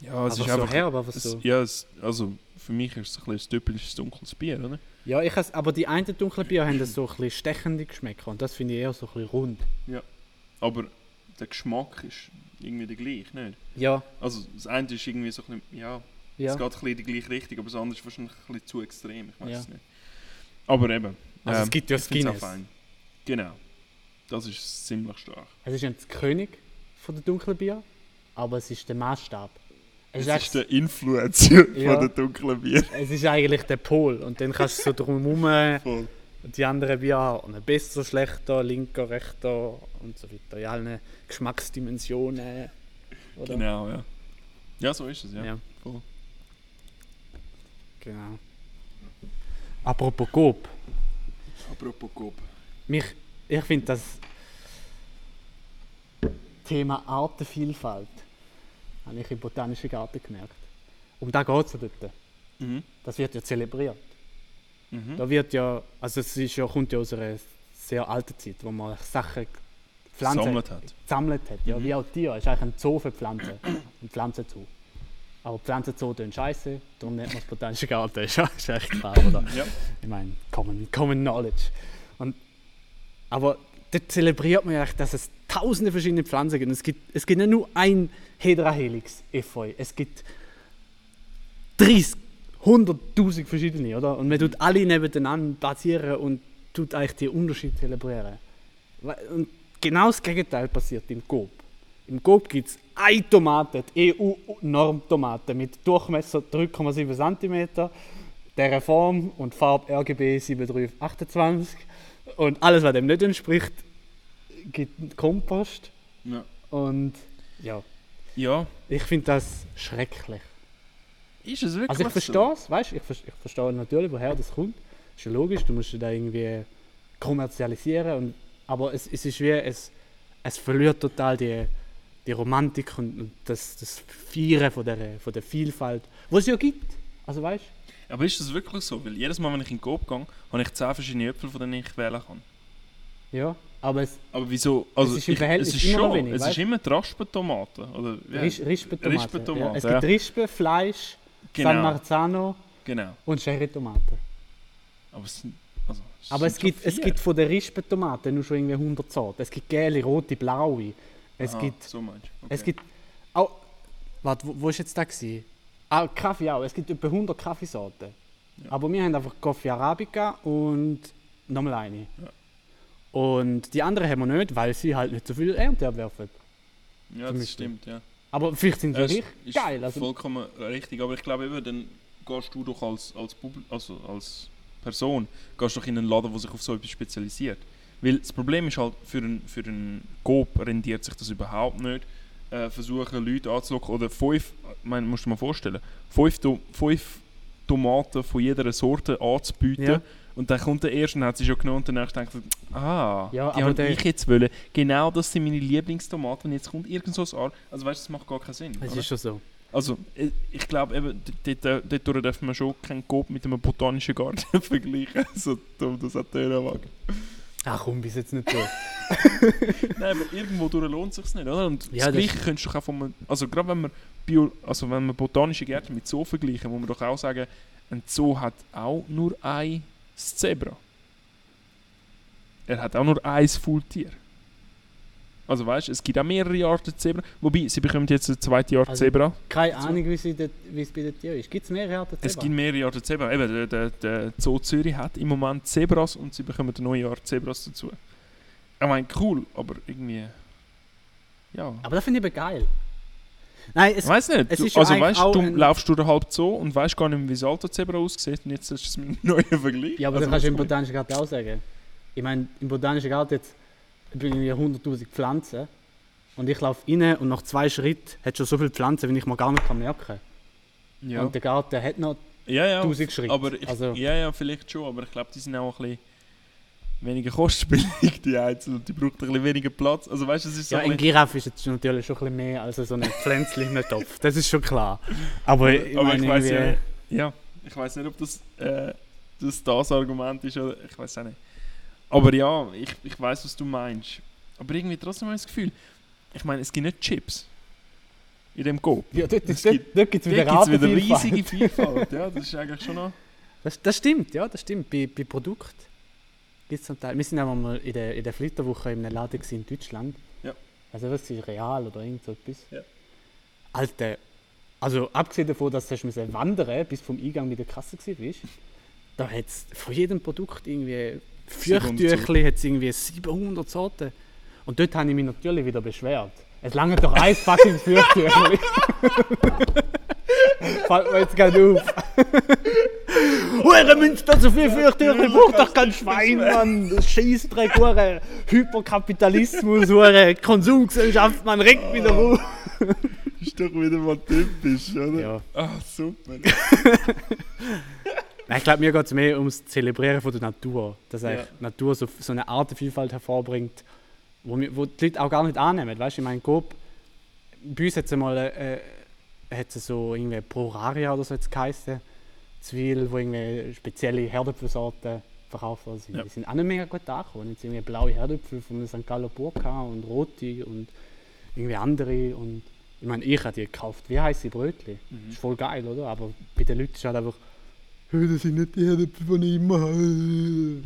Ja, es
aber
ist
so
einfach.
herb, aber
es,
so.
Ja, es, also für mich ist es ein bisschen ein typisches dunkles Bier, oder?
Ja, ich has, aber die einen dunklen Bier haben so ein bisschen stechende Geschmäcker und das finde ich eher so ein bisschen rund.
Aber der Geschmack ist irgendwie der gleiche, nicht?
Ja,
Also das eine ist irgendwie so ein bisschen, ja,
ja.
es geht ein bisschen in die gleiche Richtung, aber das andere ist wahrscheinlich ein bisschen zu extrem, ich weiß
Ja.
es nicht. Aber eben.
Also es
ähm,
gibt ja
ich find's auch
Guinness.
fein. Genau. Das ist ziemlich stark.
Es ist nicht der König von der dunklen Bier, aber es ist der Maßstab. Es,
Es
ist
ist
echt-
der Influencer
Ja.
von der dunklen Bier.
es ist eigentlich der Pol und dann kannst du so drumherum
Voll.
die anderen Bier haben. Und ein besser, schlechter, linker, rechter und so weiter. In allen Geschmacksdimensionen. Oder?
Genau, ja. Ja, so ist es, ja.
Ja.
Voll.
genau. Apropos Coop.
Apropos Coop.
Mich, ich finde das Thema Artenvielfalt habe ich im Botanischen Garten gemerkt. Um da geht es ja dort.
Mhm.
Das wird ja zelebriert.
Mhm.
Da wird ja, also es ist ja, kommt ja aus einer sehr alten Zeit, wo man Sachen Pflanzen
Gesammelt hat.
gesammelt hat. Ja,
Mhm.
wie auch Tiere. Es ist eigentlich ein Zoo für Pflanzen. Ein Pflanzenzoo. Aber Pflanzenzoo tun scheiße, darum nennt man es Botanische Garten. Ist ja- ist echt klar, oder?
Ja.
Ich meine, common, common knowledge. Und, aber dort zelebriert man ja, echt, dass es tausende verschiedene Pflanzen gibt. Und es gibt, es gibt nicht nur ein Hedrahelix Efeu, es gibt 30, 100.000 verschiedene, oder? Und man tut alle nebeneinander platzieren und tut eigentlich die Unterschiede zelebrieren. We- Und genau das Gegenteil passiert im Coop. Im Coop gibt es eine Tomate, die EU-Normtomate mit Durchmesser 3,7 cm, deren Form und Farbe RGB 7328. Und alles, was dem nicht entspricht, gibt Kompost.
Ja.
Und ja,
ja.
ich finde das schrecklich.
Ist es wirklich
Also ich
so?
verstehe es, weißt du, ich, ver ich verstehe natürlich, woher das kommt. Ist ja logisch, du musst da irgendwie kommerzialisieren. Und, aber es, es ist wie, es, es verliert total die, die Romantik und, und das, das Feiern von der, von der Vielfalt, die es ja gibt. Also weißt du?
Aber ist das wirklich so? Weil jedes Mal, wenn ich in den Coop gehe, habe ich 10 verschiedene Äpfel, von denen ich wählen kann.
Ja, aber es
Aber wieso? Also,
Es ist im
ich,
Verhältnis
es ist
immer noch
schon,
wenig,
es
weißt
ist immer die Raspentomate. Oder, ja,
Ris Rispentomaten.
Rispentomaten,
ja. Es
ja.
gibt Rispen, Fleisch, San
genau,
Marzano
genau.
und Sherry-Tomaten.
Aber es, sind- also, es
Aber
sind
es
schon
gibt, es
vier.
gibt von den Rispentomaten nur schon irgendwie 100 Sorten. Es gibt gelbe, rote, blaue. Es
Aha,
gibt
So meinst du. Ah. okay.
Es gibt. Auch, warte, wo, wo ist jetzt der? Gewesen? Ah, Kaffee auch. Es gibt etwa 100 Kaffeesorten.
Ja.
Aber wir haben einfach Kaffee Arabica und nochmal eine. Und die anderen haben wir nicht, weil sie halt nicht so viel Ernte abwerfen. zum
Ja, das
Beispiel.
stimmt, ja.
Aber vielleicht sind sie
Es
richtig geil. Also,
vollkommen richtig. Aber ich glaube eben, dann gehst du doch als, als, Publi also als Person gehst doch in einen Laden, der sich auf so etwas spezialisiert. Weil das Problem ist halt, für einen, für einen Coop rendiert sich das überhaupt nicht. Äh, versuchen Leute anzulocken oder fünf, ich meine, musst du dir mal vorstellen, fünf, To- fünf Tomaten von jeder Sorte anzubieten.
Ja.
Und dann kommt der erste und hat sie schon genommen und danach denkt er, ah,
Ja,
die
aber
habe
der-
ich jetzt wollen. Genau das sind meine Lieblingstomaten und jetzt kommt irgend so ein Ar. Also weißt du, das macht gar keinen Sinn.
es
oder?
ist schon so.
Also, ich, ich glaube eben, d- dort, äh, dort dürfen wir schon keinen Coop mit einem botanischen Garten vergleichen. So dumm das hat der mag.
Ach komm, bis jetzt nicht so.
Nein, aber irgendwo durch lohnt es sich nicht, oder? Und
Ja, das-
das Gleiche könntest du doch auch von einem, Also, gerade wenn wir, Bio, also wenn wir botanische Gärten mit Zoo vergleichen, wo wir doch auch sagen, ein Zoo hat auch nur ein Zebra. Er hat auch nur ein Fulltier. Also weißt du, es gibt auch mehrere Arten Zebra. Wobei, sie bekommen jetzt eine zweite Art
Also,
Zebra.
Keine Ahnung, wie sie dort- wie es bei den Tieren ist. Gibt es mehrere Arten
Es
Zebra?
gibt mehrere Arten Zebra. Eben, der, der, der Zoo Zürich hat im Moment Zebras und sie bekommen eine neue Art Zebras dazu. Ich meine, cool, aber irgendwie. Ja.
Aber das finde ich eben geil. Nein, es,
Ich weiß nicht.
es
Du,
ist ja
also
eigentlich
weißt, du
auch ein-
laufst durch halb so und weißt gar nicht mehr, wie das Altozebra aussieht und jetzt hast du es mit einem neuen Vergleich.
ja, aber
also,
das kannst du im
was kommt?
Botanischen Garten auch sagen. Ich meine, im Botanischen Garten jetzt bringen wir 100'000 Pflanzen und ich laufe rein und nach zwei Schritten hat schon so viele Pflanzen, wie ich mir gar nicht kann merken kann.
ja.
Und der Garten hat noch...
ja, ja,
1000 Schritte.
Aber ich,
Also-
Ja, ja, vielleicht schon, aber ich glaube, die sind auch ein bisschen weniger kostenspielig, die einzelnen. Die braucht ein bisschen weniger Platz. Also weißt du, es ist so
Ja,
ein
ein
bisschen,
Giraffe ist jetzt natürlich schon ein bisschen mehr als so ein Pflänzchen im Topf, das ist schon klar. Aber ich,
Aber
meine,
ich weiß
irgendwie-
ja, ja, ich weiß nicht, ob das, äh, das das Argument ist oder ich weiß auch nicht. Aber ja, ich, ich weiß, was du meinst. Aber irgendwie trotzdem habe ich das Gefühl, ich meine, es gibt nicht Chips in dem Go.
Ja, dort,
Es
dort,
gibt-
dort gibt es
Da
wieder
gibt es wieder
Artenvielfalt.
riesige Vielfalt. Ja, das ist eigentlich schon noch.
Das, das stimmt, ja, das stimmt. Bei, bei Produkten gibt es zum Teil. Wir sind auch mal in der, in der Flitterwoche in einem Laden gewesen in Deutschland.
Ja.
Also, was ist real oder irgend so etwas?
Ja.
Alter, also abgesehen davon, dass du hast müssen wandern bis vom Eingang mit der Kasse war, da hat es von jedem Produkt irgendwie
700
Fürchtüchli, hat irgendwie 700 Sorten. Und dort habe ich mich natürlich wieder beschwert. Es langt doch ein fucking Fürchtüchli. Fällt mir jetzt gerade auf. Hure Münster, so viel Fürchtüchli braucht doch kein Schwein, Mann. Das Scheissdreck, Hure. Hyperkapitalismus, Hure. Konsumgesellschaft, man regt wieder auf.
Ist doch wieder mal typisch, oder?
Ja.
Ah, super.
Nein, ich glaube, mir geht es mehr ums Zelebrieren von der Natur. Dass eigentlich
Ja.
Natur so, so eine Artenvielfalt hervorbringt, wo, wir, wo die Leute auch gar nicht annehmen. Weißt du, ich meine, grob, bei uns hat es mal äh, hat's so irgendwie Proraria oder so jetzt geheißen. Zwiebel, wo irgendwie spezielle Herdöpfelsorten verkauft worden sind.
Ja.
Die sind auch nicht mega gut angekommen. Jetzt irgendwie blaue Herdöpfel von der St. Galler Burka und rote und irgendwie andere. Und ich meine, ich habe die gekauft. Wie heiße Brötchen?
Mhm.
Ist voll geil, oder? Aber bei den Leuten ist halt einfach «Hö, das sind nicht die Herdöpfel, die ich immer habe.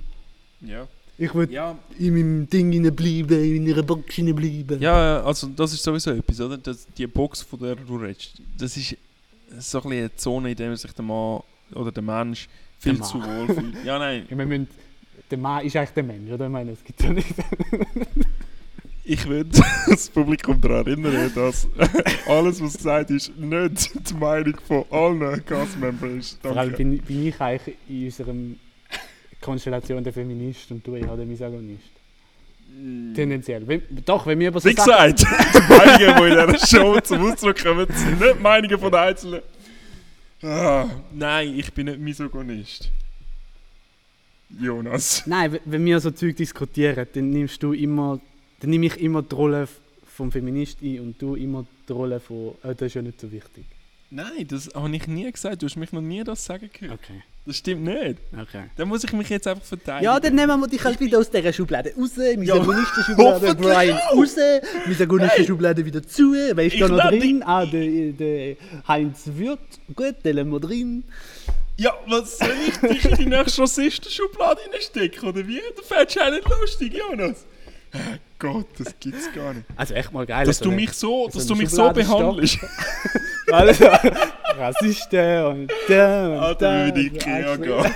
Ja.
Ich will
ja.
in meinem Ding hineinbleiben, in einer Box hineinbleiben.
Ja, also das ist sowieso etwas, oder? Das, die Box, von der du redest, das ist so ein bisschen eine Zone, in der sich der Mann oder der Mensch viel
Der
zu wohl fühlt. Ja, nein.
Ich meine, wir müssen- der Mann ist eigentlich der Mensch, oder? Ich meine, es gibt ja nicht...
Ich würde das Publikum daran erinnern, dass alles, was gesagt ist, nicht die Meinung von allen Castmembers ist.
Vor allem
Danke.
bin, bin ich eigentlich in unserem Konstellation der Feminist und du, ich habe den Misogonist.
Mhm. Mm.
Tendenziell. Wenn, doch, wenn wir über so
Wie gesagt, Also die Meinungen, die in dieser Show zum Ausdruck kommen, sind nicht die Meinungen von den Einzelnen. Ah, nein, ich bin nicht Misogonist. Jonas.
Nein, we- wenn wir so Zeug diskutieren, dann nimmst du immer, dann nehme ich immer die Rolle f- vom Feminist ein und du immer die Rolle von, oh, das ist ja nicht so wichtig.
Nein, das habe ich nie gesagt. Du hast mich noch nie das sagen gehört.
Okay,
Das stimmt nicht.
okay.
Dann muss ich mich jetzt einfach verteidigen.
Ja, dann nehmen wir dich halt wieder aus dieser Schublade raus, Misogonisten-Schublade,
hoffentlich
Brian
auch.
raus, Misogonisten-Schublade wieder zu, wer ist
Ich
da noch
lade
drin?
dich-
Ah, der, der Heinz Wirth, gut, den lassen wir drin.
Ja, was soll ich dich in die nächste Rassistenschublade reinstecken, oder wie? Du fändest ja nicht lustig, Jonas. Äh, Gott, das gibt's gar nicht.
Also echt mal geil.
Dass
so
du
eine-
mich so, dass
so
du
eine
mich so
Schublade
behandelst.
Also, Rassisten und der und
Alter,
der.
wie in Ikea gehen.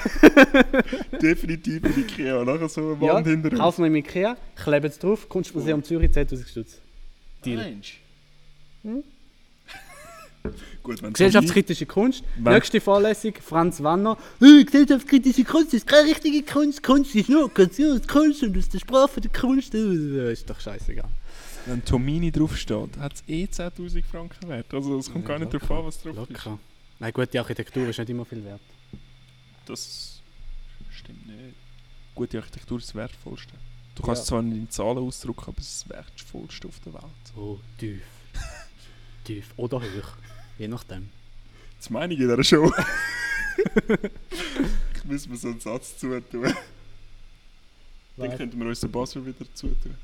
Definitiv in Ikea. Nachher so eine
Ja,
Wand hinterher.
kaufen wir im Ikea, kleben es drauf, Kunstmuseum Zürich 10'000 Stutz. Deal.
Mensch. Hm? Gut, wenn
Gesellschaftskritische Kunst.
Wenn-
Nächste Vorlesung, Franz Wanner. «Äh, Gesellschaftskritische Kunst ist keine richtige Kunst. Kunst ist nur Kunst und aus der Sprache der Kunst. äh, Ist doch scheißegal.
Wenn Tomini draufsteht, hat es eh 10'000 Franken wert. Also es kommt
Ja,
gar nicht
locker,
darauf an, was drauf ist.
Locker. Nein, gut, die Architektur ist nicht immer viel wert.
Das stimmt nicht. Gute Architektur ist das Wertvollste. Du kannst es zwar nicht in Zahlen ausdrücken, aber es ist das Wertvollste auf der Welt.
So Oh, tief. tief. Oder hoch. Je nachdem.
Das meine ich in dieser Show. ich muss mir so einen Satz zutun. Dann könnten wir uns den Buzzer wieder zutun.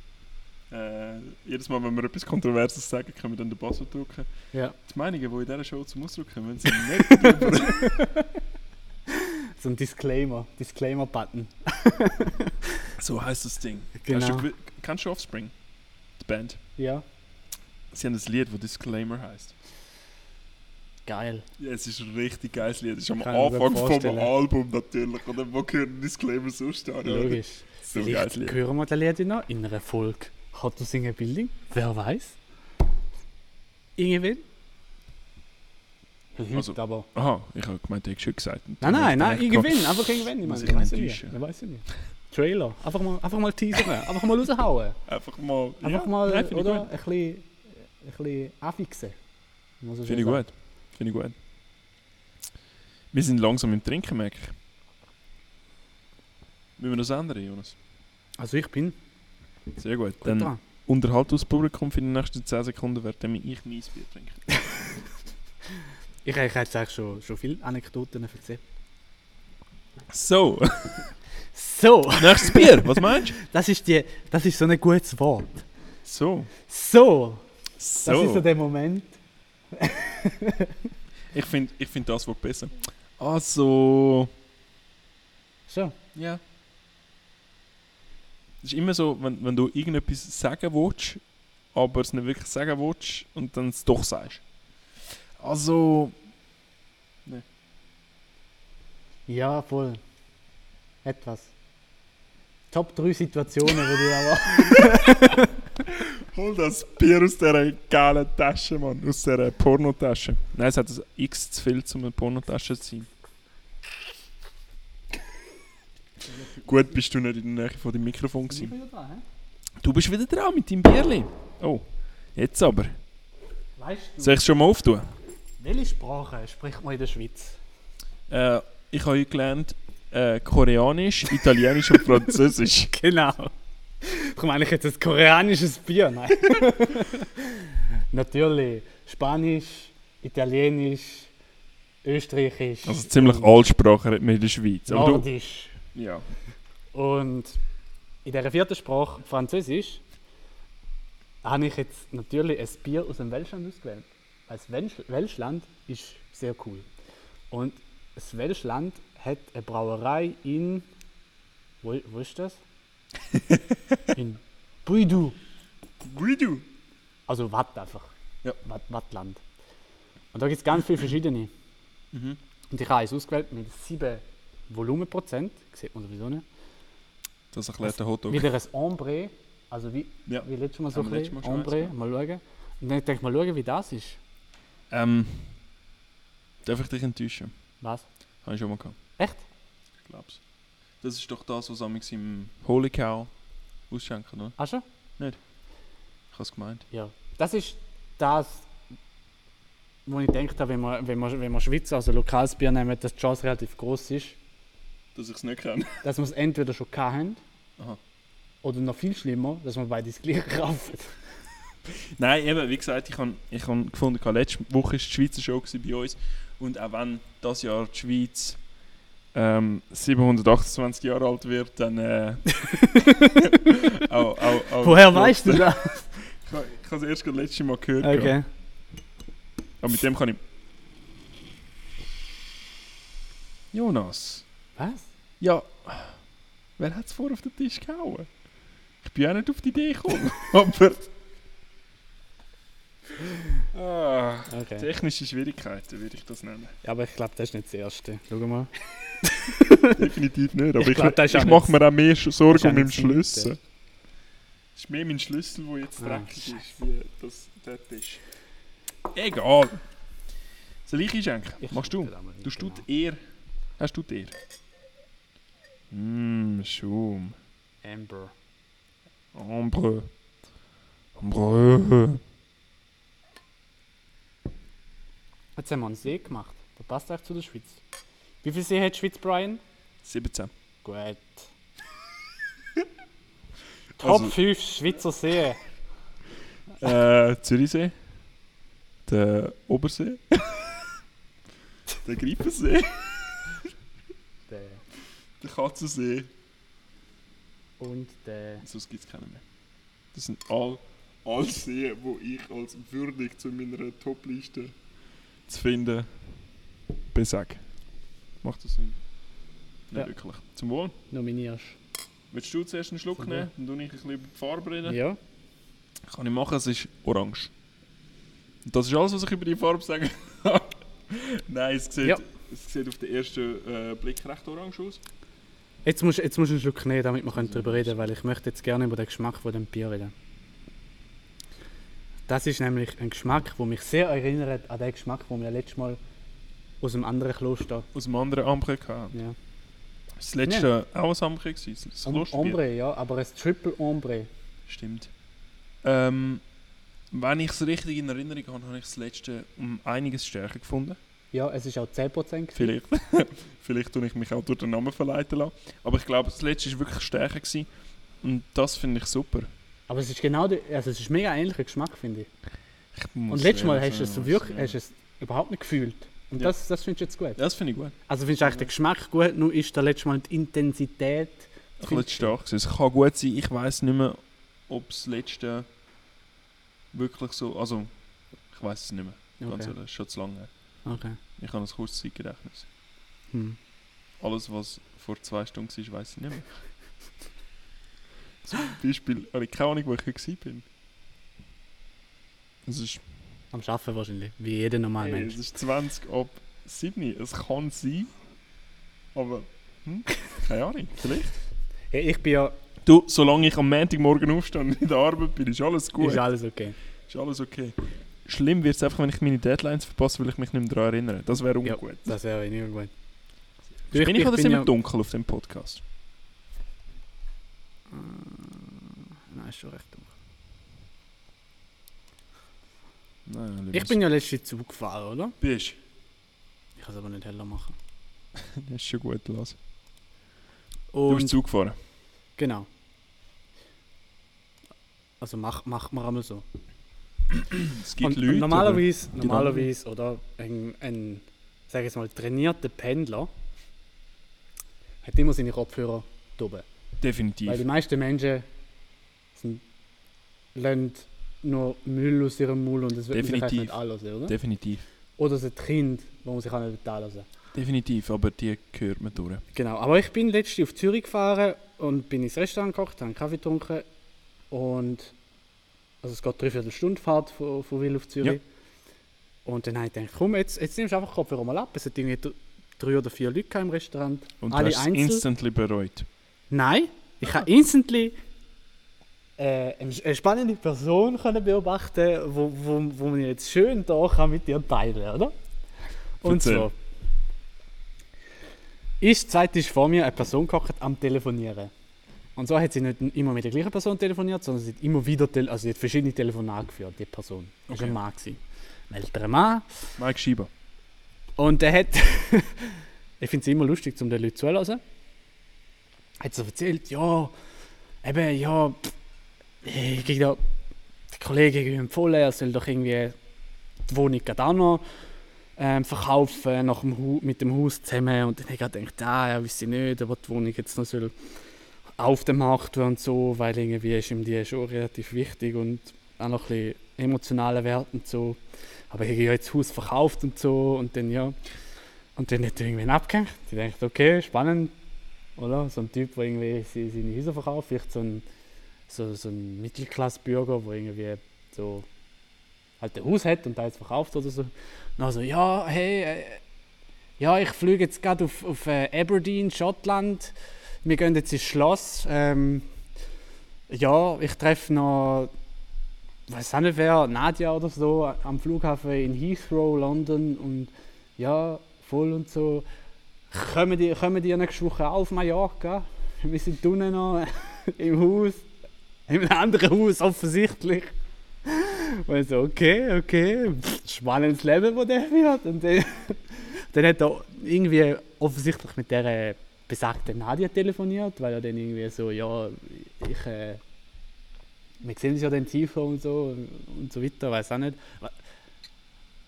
Äh, jedes Mal, wenn wir etwas Kontroverses sagen, können wir dann den Buzzer drücken.
Ja.
Die Meinungen, die in dieser Show zum Ausdruck kommen, sind negativ. oder-
So ein Disclaimer. Disclaimer-Button.
so heisst das Ding.
Genau.
Hast du, gewi- kennst du Offspring? Die Band.
Ja.
Sie haben ein Lied, das Disclaimer heisst.
Geil.
Ja, es ist ein richtig geiles Lied. Es ist am
Kann ich mir
Anfang
gut
vom
vorstellen.
Album natürlich. Oder wo gehört ein Disclaimer sonst an? oder?
Logisch.
So ein
Vielleicht
geiles Lied.
hören wir den Lehrer noch in einer Folge. Hat du singen Building? Wer weiß? Irgendwann? Heute,
Also-
aber.
Aha, ich habe gemeint, du hättest schon gesagt. Und
Nein,
dann
nein,
hab
nein,
ich
ich
gedacht,
gewinne. Einfach irgendwann. Ich
Muss
meine,
ich
wer weiß ja nie.
enttäuschen.
Wer weiß ja nie. Trailer. Einfach mal, einfach mal teasern. einfach mal raushauen.
Einfach mal.
Einfach
ja,
mal,
nein, finde ich
oder?
gut.
Ein bisschen, ein bisschen anfixen. Muss man schon
Finde ich
sagen.
gut. Finde ich gut. Wir sind langsam im Trinken, merke ich. Müssen wir das ändern, Jonas?
Also ich bin
Sehr gut.
gut
Dann
dran.
unterhalt aus Publikum für die nächsten 10 Sekunden, während ich mein Bier trinke.
Ich, ich habe jetzt eigentlich schon, schon viele Anekdoten erzählt.
So,
So,
nächstes Bier, was meinst du?
das ist, die, das ist so ein gutes Wort.
So,
So,
so.
das ist so der Moment.
ich finde ich find das Wort besser. Also,
Schon.
ja. Es ist immer so, wenn, wenn du irgendetwas sagen willst, aber es nicht wirklich sagen willst und dann es doch sagst. Also,
Ja, voll. Etwas. Top 3 Situationen, würde ich aber.
Hol das Bier aus dieser geilen Tasche, Mann. Aus dieser Pornotasche. Nein, es hat ein X zu viel, um eine Pornotasche zu sein. Gut, bist du nicht in der Nähe von dem Mikrofon
Ich
gewesen.
bin wieder dran, hä?
Du bist wieder dran mit deinem Bierli. Oh, jetzt aber.
Weißt du,
Soll ich es schon mal auftun?
welche Sprache spricht man in der Schweiz?
Äh, ich habe heute gelernt, äh, Koreanisch, Italienisch und Französisch.
Genau. Darum eigentlich jetzt ein koreanisches Bier. Nein. Natürlich. Spanisch, Italienisch, Österreichisch,
Also ziemlich alle Sprachen hat man in der Schweiz. Aber du,
Nordisch.
ja.
Und in dieser vierten Sprache, Französisch, habe ich jetzt natürlich ein Bier aus dem Welschland ausgewählt. Weil das Wensch- Welschland ist sehr cool. Und das Welschland hat eine Brauerei in. Wo, wo ist das? in Buidu.
Redo.
Also Watt einfach.
Ja.
Watt, Wattland. Und da gibt es ganz viele verschiedene.
Mhm.
Und ich habe eins ausgewählt mit 7 Volumenprozent. Sieht man sowieso nicht.
Das erklärt der Hotdog.
Wieder ein Ombre. Also wie,
Ja.
wie letztes Mal so
Haben
ein
wir letztes Mal
bisschen
schon
Ombre.
eins
Mal schauen. Und dann denke ich mal schauen, wie das ist.
Ähm, darf ich dich enttäuschen?
Was?
Habe ich schon mal gehabt.
Echt?
Ich glaub's. Das ist doch das, was amigs im Holy Cow ausschenken, oder?
Hast du?
Ich hab's gemeint.
Ja. Das ist das, wo ich gedacht habe, wenn man, wenn man, wenn man Schweizer, also lokales Bier nehmen, dass die Chance relativ groß ist,
Dass ich's nicht kenne.
dass wir es entweder schon gehabt haben
Aha.
oder noch viel schlimmer, dass wir beide das gleiche kaufen.
Nein, eben, wie gesagt, ich habe ich han gefunden, gehabt, letzte Woche war die Schweizer Show gewesen bei uns. Und auch wenn das Jahr die Schweiz ähm, 728 Jahre alt wird, dann. Äh, auch, auch, auch
Woher weißt du das?
Ich habe es erst gerade letztes Mal gehört. gehabt.
Okay.
Aber mit dem kann ich. Jonas.
Was?
Ja, wer hat es vor auf den Tisch gehauen? Ich bin auch nicht auf die Idee gekommen, aber... Ah,
Okay.
technische Schwierigkeiten würde ich das nennen.
Ja, aber ich glaube, das ist nicht das Erste. Schau mal.
Definitiv nicht, aber
Ich
ich,
glaub, das
ich,
ist auch
mache
nicht-
mir auch mehr Sch-
ist auch
Sorgen um meinen
nicht das Siebte.
Schlüssel. Es ist mehr mein Schlüssel, der jetzt
Ah,
dreckig ist,
Scheiße.
wie das dort ist. Egal. Soll ich einschenken? Machst du? Du hast du die Ehre. Hast du die Ehre? Mmm, Schum.
Amber.
Ombre. Ombre.
Jetzt haben wir einen See gemacht. Der passt eigentlich zu der Schweiz. Wie viel See hat die Schweiz, Brian?
17.
Gut. Top
Also-
5 Schweizer See.
Äh, Zürichsee. Der Obersee. der Greifensee.
Der
Der Katzensee.
und der.
Sonst gibt es keinen mehr. Das sind all, all Seen, die ich als würdig zu meiner Top-Liste zu finden besage. Macht das Sinn? Nicht
Ja.
wirklich. Zum Wohl.
Nominierst.
Willst du zuerst einen Schluck
Zum
nehmen? Dann tue ich ein bisschen über die Farbe reden.
Ja.
kann ich machen, es ist orange. Und das ist alles, was ich über die Farbe sagen kann. Nein, es sieht,
Ja.
es sieht auf den ersten äh, Blick recht orange aus.
Jetzt musst, jetzt musst du einen Schluck nehmen, damit wir können darüber reden weil ich möchte jetzt gerne über den Geschmack von dem Bier reden. Das ist nämlich ein Geschmack, der mich sehr erinnert an den Geschmack, den wir letztes Mal Aus dem anderen Kloster.
aus dem anderen Ambre gehabt.
Ja.
Das letzte auch ein Ambre gewesen, das
Om-
Klosterbier.
Ombre, ja, aber ein Triple Ombre.
Stimmt. Ähm, wenn ich es richtig in Erinnerung habe, habe ich das letzte um einiges stärker gefunden.
Ja, es ist auch 10%. gewesen.
Vielleicht, vielleicht tue ich mich auch durch den Namen verleiten lassen. Aber ich glaube, das letzte war wirklich stärker. Gewesen. Und das finde ich super.
Aber es ist genau, der- also es ist mega ähnlicher Geschmack, finde ich.
Ich muss
Und letztes Mal
ehrlich
hast du
sagen,
es
muss
wirklich,
sagen.
hast du es überhaupt nicht gefühlt. Und
Ja.
das, das findest du jetzt gut.
Ja, Das finde ich gut.
Also findest du eigentlich den Geschmack gut, nur ist der letzte Mal die Intensität.
Ich finde es stark. gewesen. Es kann gut sein, ich weiß nicht mehr, ob das letzte wirklich so. Also, ich weiß es nicht mehr. Ganz
Okay.
ehrlich, schon zu lange. her.
okay.
Ich habe ein kurzes Zeitgedächtnis.
Hm.
Alles, was vor zwei Stunden war, weiß ich nicht mehr. Zum Beispiel habe ich keine Ahnung, wo ich heute bin. Es ist,
Am Schaffen wahrscheinlich, wie jeder normale
hey, es
Mensch.
ist 20 ab 7. Es kann sein, aber hm, keine Ahnung, vielleicht.
Hey, ich bin ja,
Du, solange ich am Montagmorgen aufstehe und in der Arbeit bin, ist alles gut.
ist alles okay.
Ist alles okay. Schlimm wird es einfach, wenn ich meine Deadlines verpasse, weil ich mich nicht mehr daran erinnere. Das wäre ungut.
Das wäre weniger gut. Du,
bin ich oder
bin
sind wir
ja- Äh,
dunkel auf dem Podcast?
Nein, ist schon recht dumm.
Nein,
Ich bin ja letztes Zug gefahren, oder?
Bist.
Ich kann es aber nicht heller machen.
Das ist schon gut, Lars. Du bist
Und
Zug gefahren.
genau. Also mach, macht man einmal so.
Es
und,
gibt Leute.
und normalerweise,
die
normalerweise oder ein, ein sag ich jetzt mal, trainierter Pendler hat immer seine Kopfhörer oben.
aber definitiv.
Weil die meisten Menschen sind, lassen nur Müll aus ihrem Müll und das wird man sich eigentlich
Definitiv.
nicht anhören, oder?
definitiv.
oder es ist ein Kind, wo man sich auch nicht anhören
Definitiv, aber die gehört man durch.
Genau, aber ich bin letztens auf Zürich gefahren und bin ins Restaurant gekocht, habe einen Kaffee getrunken und also es geht dreiviertel Stunde Fahrt von, von Wil auf Zürich. Und dann habe ich gedacht, komm, jetzt, jetzt nimmst du einfach den Kopfhörer mal ab. Es hat irgendwie dr- drei oder vier Leute gehabt im Restaurant.
Und
Alle
du hast es
einzeln?
instantly bereut.
Nein, ich habe instantly äh, eine eine spannende Person können beobachten, wo, wo, wo man jetzt schön da kann mit dir teilen, oder? Und
Erzähl.
so. Ist zeitlich vor mir eine Person gekocht am Telefonieren. Und so hat sie nicht immer mit der gleichen Person telefoniert, sondern sie hat immer wieder, tele also sie hat verschiedene Telefonate geführt, die Person. Das war
Okay.
ein Mann. gewesen. Ein älterer Mann.
Mike Schieber.
Und der hat, ich finde es immer lustig, um den Leuten zuzuhören, hat so erzählt, ja, eben, ja, pff, ich krieg da, der Kollege hat mir empfohlen, er soll doch irgendwie die Wohnung gerade auch noch ähm, verkaufen, nach dem Hu mit dem Haus zusammen. Und dann habe ich gerade gedacht, ah, ja, weiß ich nicht, aber die Wohnung jetzt noch soll auf dem Markt werden und so, weil irgendwie ist ihm die schon relativ wichtig und auch noch ein bisschen emotionaler Wert und so. Aber ich habe ja jetzt das Haus verkauft und so und dann ja. Und dann hat er irgendwann abgehängt. Ich dachte, okay, spannend, oder? So ein Typ, der irgendwie se- seine Häuser verkauft, vielleicht so ein, so, so ein Mittelklassbürger, der irgendwie so halt ein Haus hat und da jetzt verkauft oder so. Und dann so, ja, hey, äh, ja, ich fliege jetzt gerade auf, auf äh, Aberdeen, Schottland. Wir gehen jetzt ins Schloss. Ähm, ja, ich treffe noch weiß auch nicht wer, Nadja oder so, am Flughafen in Heathrow, London und ja, voll und so. Kommen die, kommen die nächste Woche auch auf Mallorca? Wir sind unten noch im Haus, im anderen Haus offensichtlich. Und ich so, okay, okay, pff, spannendes Leben, das der führt. Und dann, dann hat er irgendwie offensichtlich mit der besagten Nadja telefoniert, weil er dann irgendwie so, ja, ich... Äh, wir sehen uns ja dann tiefer und so und so weiter, weiß auch nicht.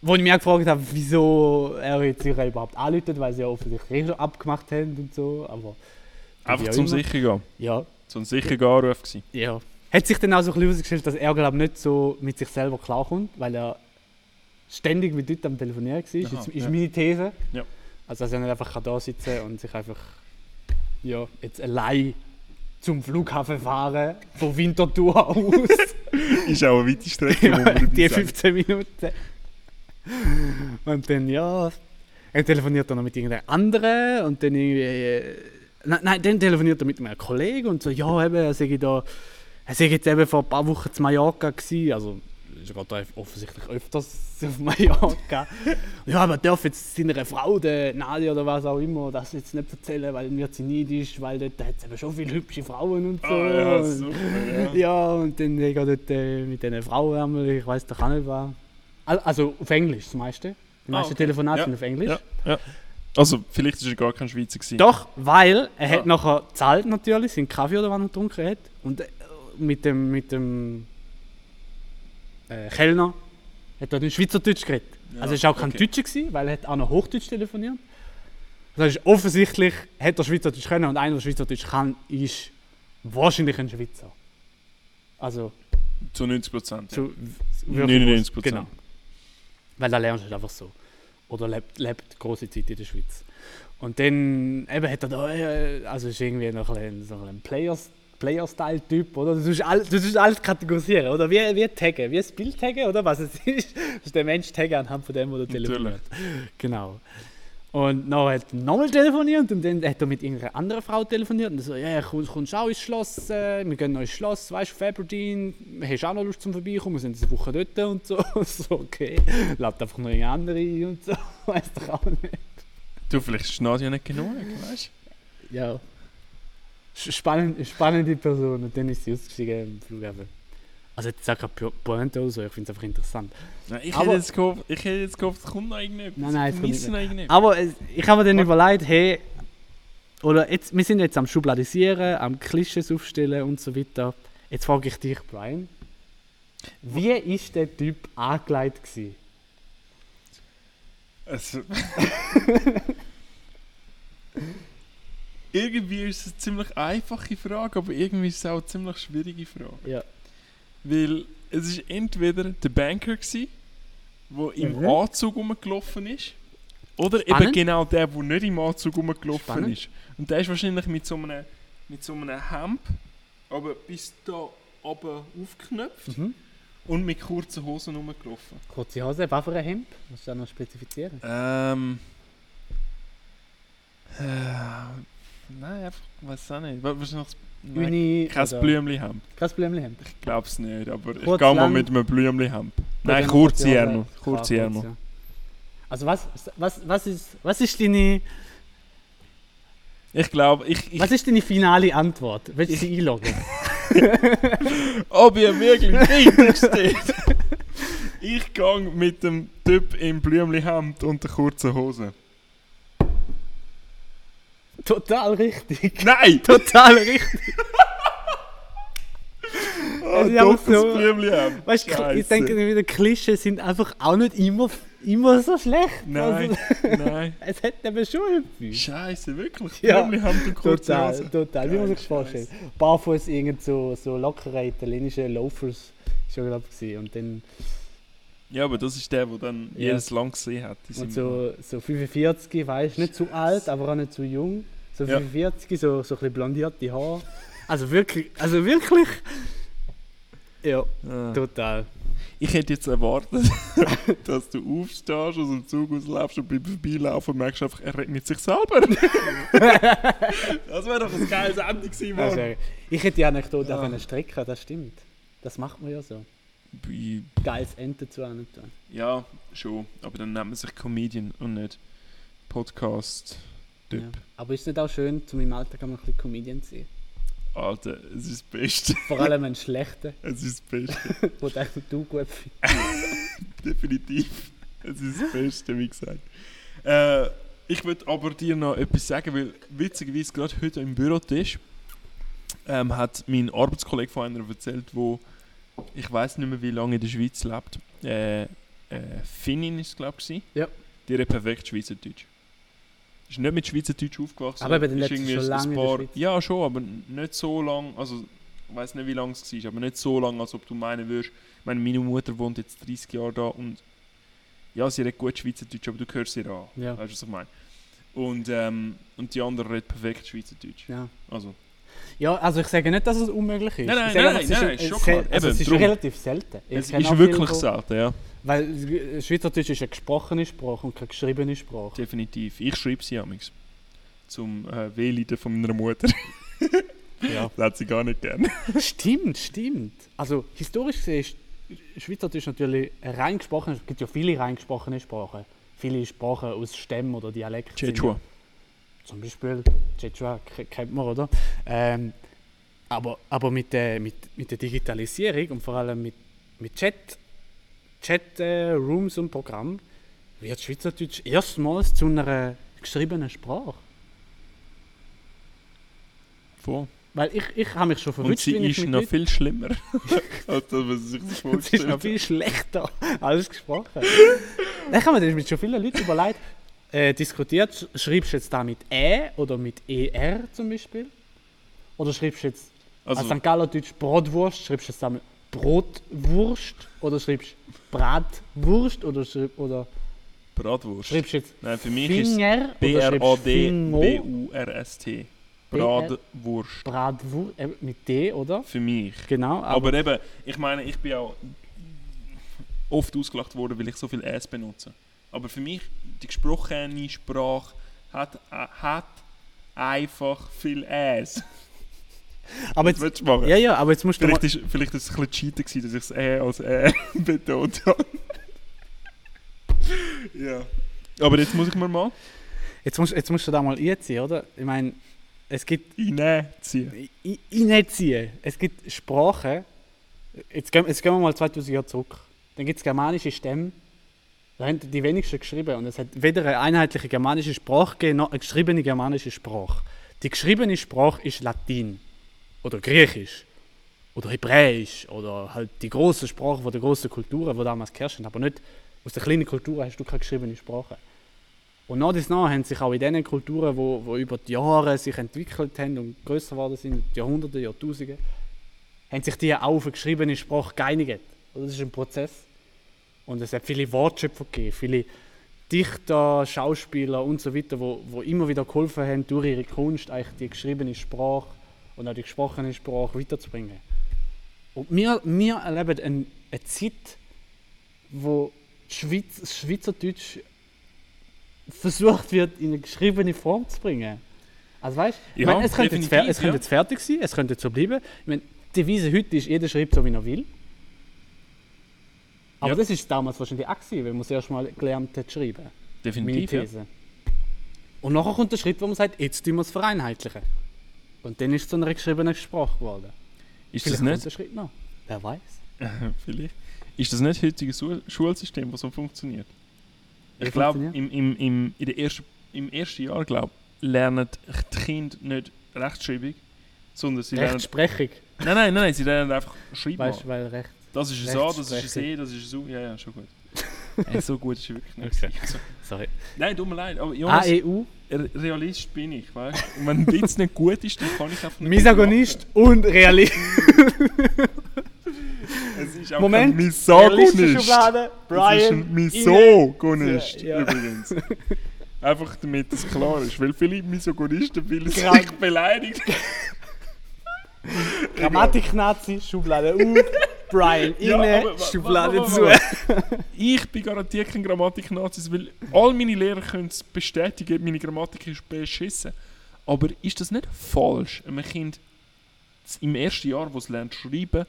Wo ich mich auch gefragt habe, wieso er jetzt sich überhaupt anläutet, weil sie ja offensichtlich eh schon abgemacht haben und so, aber...
Einfach
Ja,
zum
immer.
Sichergehen.
Ja,
Zum Sichergehen Anruf gewesen.
ja. Hat sich dann auch so ein bisschen herausgestellt, dass er, glaube ich, nicht so mit sich selber klarkommt, weil er ständig mit Leuten am Telefonieren war, ist,
Aha,
ist
ja.
meine These.
Ja.
Also, dass er nicht einfach kann da sitzen und sich einfach, ja, jetzt allein zum Flughafen fahren, von Winterthur aus.
Ist auch eine weite Strecke, muss man
die
dabei sagen.
15 Minuten. Und dann, ja, er telefoniert dann noch mit irgendeinem anderen und dann irgendwie. Äh, nein, nein, dann telefoniert er mit einem Kollegen und so, ja, eben, er sei da. Er sei jetzt eben vor ein paar Wochen zu Mallorca gewesen, also ist Gott einfach offensichtlich öfters auf Mallorca. ja, aber darf jetzt seiner Frau, der Nadia oder was auch immer, das jetzt nicht erzählen, weil dann wird sie neidisch, weil dort hat es eben schon viele hübsche Frauen und so.
Ah, ja,
Und-
super, ja.
ja, und dann geht er dort äh, mit diesen Frauen einmal, ich weiß doch auch nicht was. Al- Also auf Englisch das meiste. Die
Ah,
meisten
okay.
Telefonate
Ja,
sind auf Englisch.
Ja, ja. Also, vielleicht war er gar kein Schweizer. Gewesen.
Doch, weil er hat
Ah.
nachher gezahlt natürlich, seinen Kaffee oder was er getrunken hat. Und äh, mit dem, mit dem äh, Kellner hat er in Schweizerdeutsch geredet.
Ja,
also es war auch kein
okay.
Deutscher, gewesen, weil er hat auch noch Hochdeutsch telefoniert. Das heißt, offensichtlich hätte er Schweizerdeutsch können und einer, der Schweizerdeutsch kann, ist wahrscheinlich ein Schweizer. Also
Zu 90 Prozent. Ja.
zu wirklich
99%.
groß- Genau. Weil da lernst du halt einfach so. Oder lebt, lebt große Zeit in der Schweiz. Und dann eben hat er da, äh, also ist irgendwie noch ein, bisschen- so ein bisschen Players, Player-Style-Typ, oder? Das ist alles, das ist alles kategorisieren, oder? Wie, wie taggen, wie das Bild taggen, oder was es ist. Das ist der Mensch taggen anhand von dem, wo der
Natürlich.
telefoniert. Genau. Und dann hat er nochmal telefoniert und dann hat er mit irgendeiner anderen Frau telefoniert und so, ja, yeah, kommst, kommst auch ins Schloss, äh, wir gehen noch ins Schloss, weißt du, auf Aberdeen, hast du auch noch Lust zum Vorbeikommen, wir sind diese Woche dort und so. so okay, läuft einfach noch irgendeine andere ein und so, weißt du auch nicht.
Du, vielleicht ist Nadia nicht genug, weißt
Ja. Spannend, spannende Person und dann ist sie ausgestiegen im Flughaben. Also jetzt auch keine Pointe oder so, ich finde es einfach interessant.
du? Nein, Ich
Aber-
hätte jetzt gehofft, ich hätte jetzt gehofft, es kommt noch irgendetwas.
Nein, nein, es kommt
Vermissen noch irgendetwas.
Aber es- ich habe mir dann überlegt, hey, oder jetzt, wir sind jetzt am Schubladisieren, am Klischees aufstellen und so weiter. Jetzt frage ich dich, Brian, wie ist der Typ angelegt gewesen?
Also, irgendwie ist es eine ziemlich einfache Frage, aber irgendwie ist es auch eine ziemlich schwierige Frage.
Ja.
Weil es ist entweder der Banker gsi, der im
Mhm.
Anzug rumgelaufen ist, oder eben
Spannend.
genau der, der nicht im Anzug rumgelaufen
Spannend.
ist. Und der ist wahrscheinlich mit so einem, mit so einem Hemd, aber bis da oben aufgeknöpft
Mhm.
und mit kurzen Hosen rumgelaufen.
Kurze Hose, Bufferhemd, musst du das noch spezifizieren?
Ähm. Äh, nein, einfach, weiß auch nicht. Wa- Wahrscheinlich nein,
Uni,
kein
oder-
Blümli-Hemd.
Kein Blümchenhemd.
Ich glaube es nicht, aber ich
Kurz,
gehe mal
lang.
mit einem Blümli-Hemd.
Oder
Nein,
noch
kurze
Hose.
Ärmel.
Ja,
Kurze Ärmel.
ja. Also was, was, was, ist, was, ist deine,
Ich glaube, ich, ich,
was ist deine finale Antwort? Willst du sie einloggen?
ob ihr wirklich richtig steht. Ich gehe mit dem Typ im Blümli-Hemd und der kurzen Hose.
Total richtig.
Nein!
Total richtig.
Ah,
ist
doch,
einfach
das
so-
Blümli-Hemd.
Weißt du, ich
Scheisse.
denke wieder, Klischees sind einfach auch nicht immer, immer so schlecht. Also,
Nein, nein.
es hat eben schon etwas.
Scheiße, wirklich.
Ja,
Blümli-Hemd und kurze Hose.
Total, total, wie man
Geil,
sich vorstellt. Barfuß irgend so, so lockere italienische Loafers schon glaub ich gewesen. und dann
Ja, aber das ist der, der dann
Ja.
jedes Land gesehen hat. in
und so,
seinem-
so 45, weißt du, nicht zu alt, aber auch nicht zu jung. So
Ja.
45, so, so ein bisschen blondierte Haare. Also wirklich, also wirklich. Ja,
Ah.
total.
Ich hätte jetzt erwartet, dass du aufstehst, aus dem Zug ausläufst und beim Vorbeilaufen merkst du einfach, er redet mit sich selber. das wäre doch ein geiles Ende gewesen, Mann.
Also, ich hätte die Anekdote
Ja.
auf einer Strecke, das stimmt. Das macht man ja so.
Bei-
Geiles Ende zu einem tun.
Ja, schon. Aber dann nennt man sich Comedian und nicht Podcast-Typ.
Ja. Aber ist nicht auch schön, zu meinem Alter kann man ein bisschen Comedian sein.
Alter, es ist das Beste.
Vor allem ein schlechter,
Es ist das Beste.
wo du einfach du gut findest.
Definitiv. Es ist das Beste, wie gesagt. Äh, ich würde aber dir noch etwas sagen, weil witzigerweise gerade heute im Bürotisch ähm, hat mein Arbeitskollege von einer erzählt, wo ich weiß nicht mehr, wie lange in der Schweiz lebt. Äh, äh, Finnin ist es, glaube ich.
Ja.
Die redet perfekt Schweizerdeutsch. Ist nicht mit Schweizerdeutsch aufgewachsen.
Aber eben den
ist
letzten
irgendwie
schon
ein-
lange in
ein
der
paar,
Schweiz.
Ja, schon, aber nicht so lang. Also, ich weiß nicht, wie lange es war, aber nicht so lang, als ob du meinen würdest. Ich meine, meine Mutter wohnt jetzt 30 Jahre da und ja, sie redet gut Schweizerdeutsch, aber du hörst ihr an.
Ja.
Weißt du, was ich meine? Und, ähm, und die andere redet perfekt Schweizerdeutsch.
Ja.
Also,
ja, also ich sage nicht, dass es unmöglich ist.
Nein, nein,
ich sage,
nein,
einfach, es
nein,
ist,
nein, schon
es,
klar.
Also es
Eben,
ist
drum.
relativ selten. Ich
es
kenne auch
ist
viele,
wirklich
wo-
selten, ja.
Weil äh, Schweizerdeutsch ist eine gesprochene Sprache und keine geschriebene Sprache.
Definitiv. Ich schreibe sie amigs. Zum äh, Wehleiden von meiner Mutter.
Ja.
das hat sie gar nicht gerne.
stimmt, stimmt. Also historisch gesehen ist Schweizerdeutsch natürlich eine rein gesprochene, es gibt ja viele rein gesprochene Sprachen. Viele Sprachen aus Stämmen oder Dialekten. sind
Quechua.
zum Beispiel Quechua k- kennt man, oder? Ähm, aber aber mit, der, mit, mit der Digitalisierung und vor allem mit, mit Chat, Chat äh, Rooms und Programm wird Schweizerdeutsch erstmals zu einer geschriebenen Sprache.
Voll.
Weil ich, ich habe mich schon
Und
verwünscht,
sie
wenn ich
ist
mit
noch
Leuten-
viel schlimmer, als das, was sie sich so
Es ist
vorgestellt
noch
hat.
viel schlechter als gesprochen. Dann kann man das mit schon vielen Leuten überlegt, äh, diskutiert, sch- schreibst du jetzt da mit «ä» oder mit «er» zum Beispiel? Oder schreibst du jetzt
Also-
also, als St. Gallerdeutsch Brotwurst, schreibst du jetzt da mit «Brotwurst» oder schreibst du «Bratwurst» oder, schreib, oder
Bratwurst.
schreibst du jetzt
Nein, für mich ist es
«Finger» oder schreibst du «Fingo»
B-R-A-D-B-U-R-S-T. Bratwurst.
Bratwurst äh, mit «d», oder?
Für mich.
Genau, aber,
Aber eben, ich meine, ich bin auch oft ausgelacht worden, weil ich so viel S benutze. Aber für mich, die gesprochene Sprache hat, äh, hat einfach viel S.
aber,
Was
jetzt,
willst du machen?
ja, ja, aber jetzt musst du mal,
Vielleicht ist, vielleicht ist es ein bisschen cheaten, gewesen, dass ich das «ä» als «ä» betont habe. ja. Aber jetzt muss ich mir mal
jetzt musst, jetzt musst du da mal einziehen, oder? Ich meine, es gibt
hineinziehen.
I- I- reinziehen. Es gibt Sprachen. Jetzt gehen, jetzt gehen wir mal 2000 Jahre zurück. Dann gibt es germanische Stämme. Da haben die wenigsten geschrieben. Und es hat weder eine einheitliche germanische Sprache gegeben, noch eine geschriebene germanische Sprache. Die geschriebene Sprache ist Latein. Oder Griechisch. Oder Hebräisch. Oder halt die grossen Sprachen von der grossen Kulturen, die damals geherrscht haben. Aber nicht aus der kleinen Kultur hast du keine geschriebene Sprache. Und nach und nach haben sich auch in diesen Kulturen, wo, wo über die Jahre sich entwickelt haben und größer geworden sind, die Jahrhunderte, Jahrtausende, haben sich die auch auf eine geschriebene Sprache geeinigt. Und Das ist ein Prozess. Und es hat viele Wortschöpfer gegeben, viele Dichter, Schauspieler und so weiter, wo, wo immer wieder geholfen haben, durch ihre Kunst eigentlich die geschriebene Sprache und auch die gesprochene Sprache weiterzubringen. Und wir, wir erleben ein, eine Zeit, wo Schweiz, Schweizerdeutsch versucht wird, in eine geschriebene Form zu bringen. Also weißt du, ich
Ja,
meine, es, könnte jetzt, fer-
definitiv,
es könnte
ja.
jetzt fertig sein, es könnte jetzt so bleiben. Ich meine, die Devise heute ist, jeder schreibt so, wie er will. Aber
Ja.
das ist damals wahrscheinlich auch gewesen, wenn man es erstmal gelernt hat zu schreiben. Meine
Definitiv, ja.
These. Und nachher kommt der Schritt, wo man sagt, jetzt tun wir es vereinheitlichen. Und dann ist es zu einer geschriebenen Sprache geworden.
Ist das
Vielleicht kommt
nicht,
der Schritt noch. Wer weiß?
vielleicht, ist das nicht heutige Su- Schulsystem, das so funktioniert?
Wie
Ich glaube,
funktioniert?
im, im, im, in der ersten, im ersten Jahr glaub, lernen die Kinder nicht Rechtschreibung, sondern sie lernen...
Rechtsprechung.
Nein, nein, nein, nein, sie lernen einfach Schreiben.
Weißt du,
mal.
weil Recht.
Das ist ein A, das ist ein
Rechtsprechung.
E, das ist ein U. Ja, ja, schon gut. Ey, so gut ist es wirklich nicht.
Okay. Ah,
gewesen.
Sorry.
Nein, tut mir leid, aber Jonas,
AEU,
Re- Realist bin ich, weißt du? Und wenn ein Witz nicht gut ist, dann kann ich einfach nicht
Misagonist und Realist.
machen. Es ist auch
Moment,
kein Misogonist.
Realistische Schublade.
Das ist
Brian.
ein Misogonist,
Ja, ja.
übrigens. Einfach damit es klar ist, weil viele Misogonisten fühlen sich
Krank.
beleidigt.
Grammatik-Nazi, Schublade U. Brian
Ja,
inne,
aber wa- wa- wa-
Schublade
wa-
zu.
wa- Ich bin garantiert kein Grammatik-Nazis, weil all meine Lehrer können es bestätigen, meine Grammatik ist beschissen. Aber ist das nicht falsch, einem Kind z- im ersten Jahr, wo es lernt schreiben,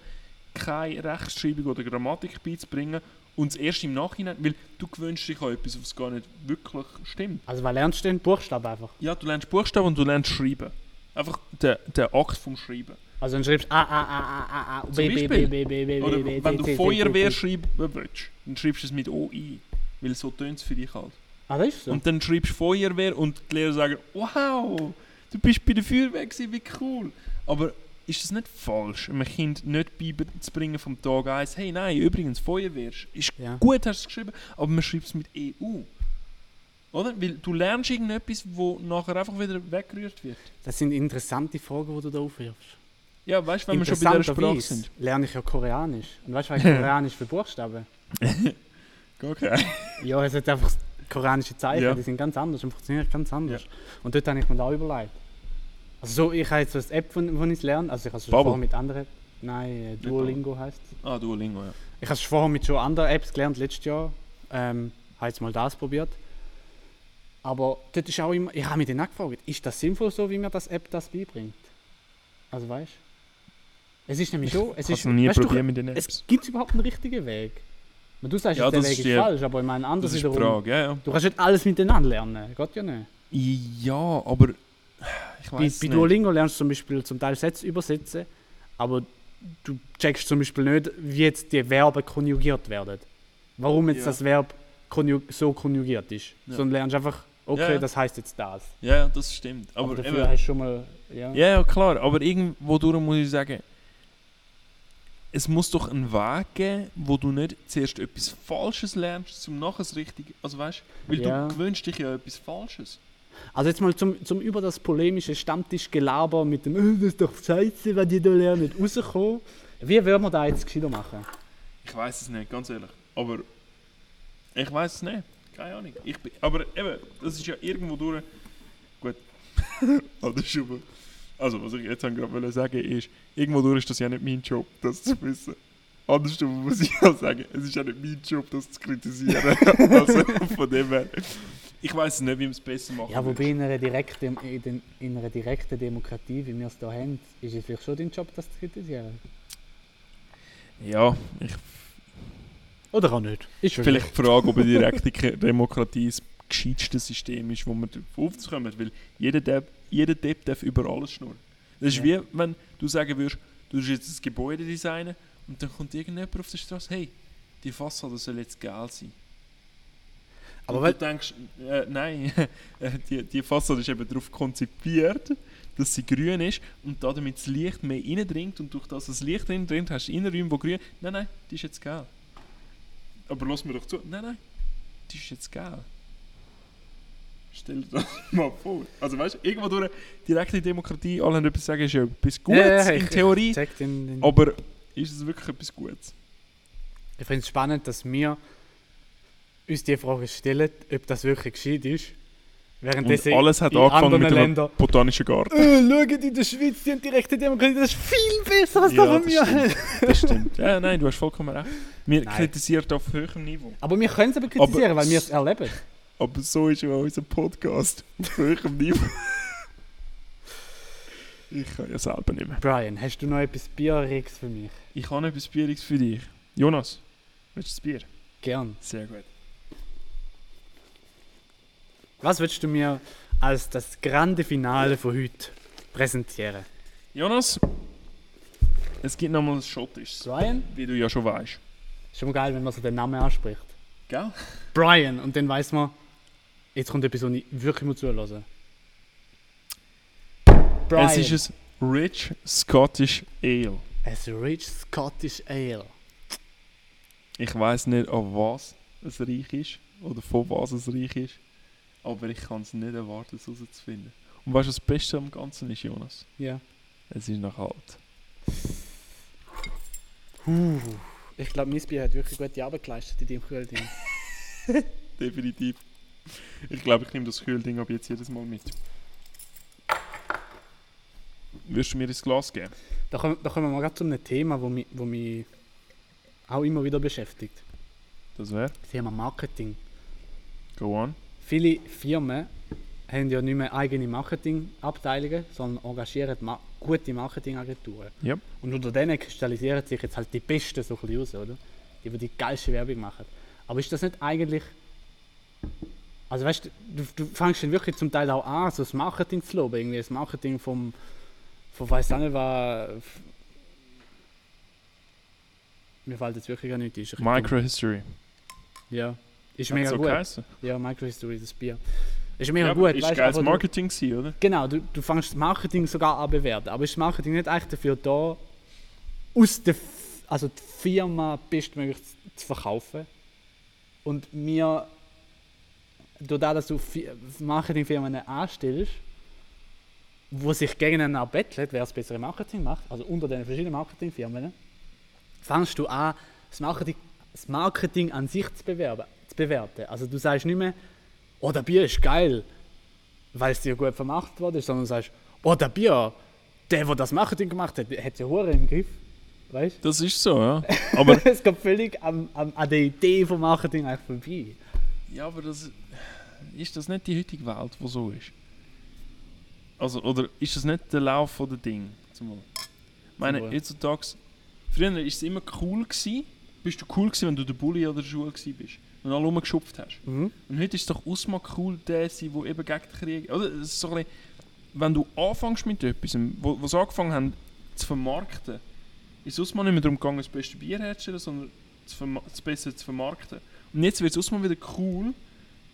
keine Rechtschreibung oder Grammatik beizubringen und es erst im Nachhinein, weil du gewöhnst dich an etwas, was gar nicht wirklich stimmt.
Also, was lernst du denn? Buchstaben einfach.
Ja, du lernst Buchstaben und du lernst Schreiben. Einfach der, der Akt vom Schreiben.
Also dann schreibst du A, A, A, A, A, A, B,
Zum
B, B,
Beispiel.
B, B, B,
Oder
B, B, C, C,
wenn du
C,
Feuerwehr
C.
schreiben willst, dann schreibst du es mit OI, weil so tönt es für dich halt.
Ah, das ist so.
Und dann schreibst du Feuerwehr und die Lehrer sagen, wow, du bist bei der Feuerwehr gewesen, wie cool. Aber ist das nicht falsch, einem Kind nicht beizubringen vom Tag 1, hey nein, übrigens, Feuerwehr ist- ist
Ja.
gut, hast du es geschrieben, aber man schreibt es mit EU. Oder? Weil du lernst irgendetwas, wo nachher einfach wieder weggerührt wird.
Das sind interessante Fragen, die du da aufwirfst.
Ja, weißt du, wenn wir schon bei dieser Sprache sind.
lerne ich ja Koreanisch. Und weißt du, was Koreanisch für Buchstaben?
Okay.
Ja, es hat einfach koreanische Zeichen,
Ja.
die sind ganz anders und funktionieren ganz anders. Und dort habe ich mir da überlegt. Also so, ich habe jetzt so eine App, von, von ich lerne. Also ich habe es schon
Bubble.
vorher mit anderen... Nein, äh, Duolingo heisst es.
Ah, Duolingo, ja.
Ich habe es vorher mit schon anderen Apps gelernt, letztes Jahr. Ähm, habe jetzt mal das probiert. Aber dort ist auch immer, ich habe mich dann auch gefragt, ist das sinnvoll so, wie mir das App das beibringt? Also weißt Es ist nämlich schon. Es
Ich habe
ist,
es noch nie
weißt du,
probiert mit den Apps.
es gibt überhaupt einen richtigen Weg. Und du sagst,
Ja,
jetzt, der
das
Weg
ist
ist
die-
falsch, aber ich meine, anders
Das ist die
wiederum.
Frage, ja, ja.
Du kannst nicht alles miteinander lernen. Geht ja nicht.
Ja, aber ich
Bei,
weiß
bei
nicht.
Duolingo lernst du zum Beispiel zum Teil Sätze übersetzen, aber du checkst zum Beispiel nicht, wie jetzt die Verben konjugiert werden. Warum jetzt
Ja.
das Verb konju so konjugiert ist.
Ja.
Sondern lernst einfach, okay,
Ja, ja.
das heißt jetzt das.
Ja, ja, das stimmt.
Aber,
Aber,
dafür
eben,
hast du schon mal. Ja.
ja, ja, klar. Aber irgendwo durch muss ich sagen, es muss doch einen Weg geben, wo du nicht zuerst etwas Falsches lernst, um nachher das Richtige. Also weißt du, weil
Ja.
du gewöhnst dich ja etwas Falsches.
Also jetzt mal zum, zum über das polemische Stammtischgelaber mit dem «Oh, das ist doch scheiße, wenn die da lernen» rauskommen. Wie würden wir das jetzt gescheiter machen?
Ich weiß es nicht, ganz ehrlich. Aber ich weiß es nicht. Keine Ahnung. Ich bin, aber eben, das ist ja irgendwo durch. Gut. Alter Schuber. Also, was ich jetzt gerade wollte sagen ist, irgendwo durch ist das ja nicht mein Job, das zu wissen. Andersrum muss ich ja sagen, es ist ja nicht mein Job, das zu kritisieren. also, von dem her. Ich weiß es nicht, wie wir es besser machen.
Ja,
würden.
wobei in einer direkten, in den- in einer direkten Demokratie, wie wir es hier haben, ist es vielleicht schon dein Job, das zu kritisieren.
ja ich,
Oder auch nicht. Ist vielleicht.
vielleicht die Frage, ob eine direkte Ke- Demokratie das gescheiteste System ist, wo wir aufzukommen. Weil jeder Depp, jeder Depp darf über alles schnurren. Das ist wie wenn du sagen würdest, du willst jetzt ein Gebäude designen und dann kommt irgendjemand auf der Straße, hey, die Fassade soll jetzt geil sein.
Aber
Aber
weil-
wenn du denkst, äh, nein, äh, die, die Fassade ist eben darauf konzipiert, dass sie grün ist und da damit das Licht mehr reindringt und durch das das Licht reindringt, hast du Innenräume, die grün Nein, nein, die ist jetzt geil. Aber lass mir doch zu. Nein, nein, die ist jetzt geil. Stell dir das mal vor. Also weißt du, irgendwo durch direkte Demokratie, alle haben etwas zu sagen, ist ja etwas Gutes
Ja, ja,
in
Äh, ich-
Theorie,
Checkt in, in
aber ist es wirklich etwas Gutes?
Ich finde es spannend, dass wir uns die Frage stellen, ob das wirklich gescheit ist.
Und
Währenddessen
alles hat
in
angefangen
anderen
mit einem
Ländern.
botanischen Garten.
Äh, schaut in der Schweiz, die haben direkte Demokratie, das ist viel besser, was da
Ja,
von
das
mir haben.
Das stimmt. Ja, nein, du hast vollkommen recht. Wir
Nein.
kritisieren auf höherem Niveau.
Aber wir können es aber kritisieren, weil wir es erleben.
Aber so ist ja auch unser Podcast auf höherem Niveau. ich kann ja selber nicht mehr.
Brian, hast du noch etwas Bieriges für mich?
Ich habe etwas Bieriges für dich. Jonas, willst du das Bier?
Gern.
Sehr gut.
Was willst du mir als das grande Finale von heute präsentieren?
Jonas, es gibt nochmal ein Schottisches,
Brian?
wie du ja schon weißt.
Ist schon geil, wenn man so den Namen anspricht.
Gell?
Brian, und dann weiß man, jetzt kommt etwas, was ich wirklich mal zuhören Brian.
Es ist ein Rich Scottish Ale.
Es rich Scottish Ale.
Ich weiß nicht, an was es reich ist oder von was es reich ist, aber ich kann es nicht erwarten, es herauszufinden. Und weißt du, was das Beste am Ganzen ist, Jonas?
Ja.
Es ist noch alt.
Ich glaube, mein Bier hat wirklich gute Arbeit geleistet in deinem Kühlding.
Definitiv. Ich glaube, ich nehme das Kühlding ab jetzt jedes Mal mit. Würdest du mir das Glas geben?
Da kommen, da kommen wir mal grad zu einem Thema, das mich, wo mich auch immer wieder beschäftigt.
Das wäre.
Das Thema Marketing.
Go on.
Viele Firmen haben ja nicht mehr eigene Marketingabteilungen, sondern engagieren ma gute Marketingagenturen.
Yep.
Und unter denen kristallisieren sich jetzt halt die Besten so ein bisschen raus, oder? Die, die die geilste Werbung machen. Aber ist das nicht eigentlich. Also weißt du, du, du fängst dann wirklich zum Teil auch an, so das Marketing zu loben. Irgendwie das Marketing vom. von weiß auch nicht was. f- Mir fällt jetzt wirklich gar nicht ein. ist ein bisschen
Microhistory.
dumm. Ja. Ist
Hat's
mega
so
gut.
geheissen?
Ja, Microhistory, das Bier. Ist mega
Ja, aber
gut,
Ist
weißt
geiles
aber du-
Marketing, gewesen, oder?
Genau, du, du fängst das Marketing sogar an bewerten. Aber ist das Marketing nicht eigentlich dafür da, aus der F also die Firma bestmöglich zu- zu verkaufen? Und mir, durch das, dass du Fi- Marketingfirmen anstellst, wo sich gegeneinander betteln, wer das bessere Marketing macht, also unter den verschiedenen Marketingfirmen, fängst du an, das Marketing, das Marketing an sich zu, bewerben, zu bewerten. Also du sagst nicht mehr, oh, das Bier ist geil, weil es dir gut vermacht wurde, sondern du sagst, oh, der Bier, der, der das Marketing gemacht hat, der hat ja Hure im Griff. Weißt
Das ist so, ja. Aber
du? Es geht völlig am, am, an der Idee vom Marketing eigentlich vorbei.
Ja, aber das ist das nicht die heutige Welt, wo so ist. Also oder ist das nicht der Lauf von der Ding? zumal? Ich meine,
Voll.
heutzutage, früher war es immer cool, gewesen, bist du cool gewesen, wenn du der Bulli oder der Schule gewesen bist und alle rumgeschupft hast.
Mhm.
Und heute ist es doch ausmal cool, der zu sein, der eben gegen den Krieg... Oder? Es ist so ein bisschen, wenn du anfängst mit etwas, ähm, wo, wo sie angefangen haben zu vermarkten, ist es ausmal nicht mehr darum gegangen, das beste Bier herzustellen, sondern zu verma- das Beste zu vermarkten. Und jetzt wird es ausmal wieder cool,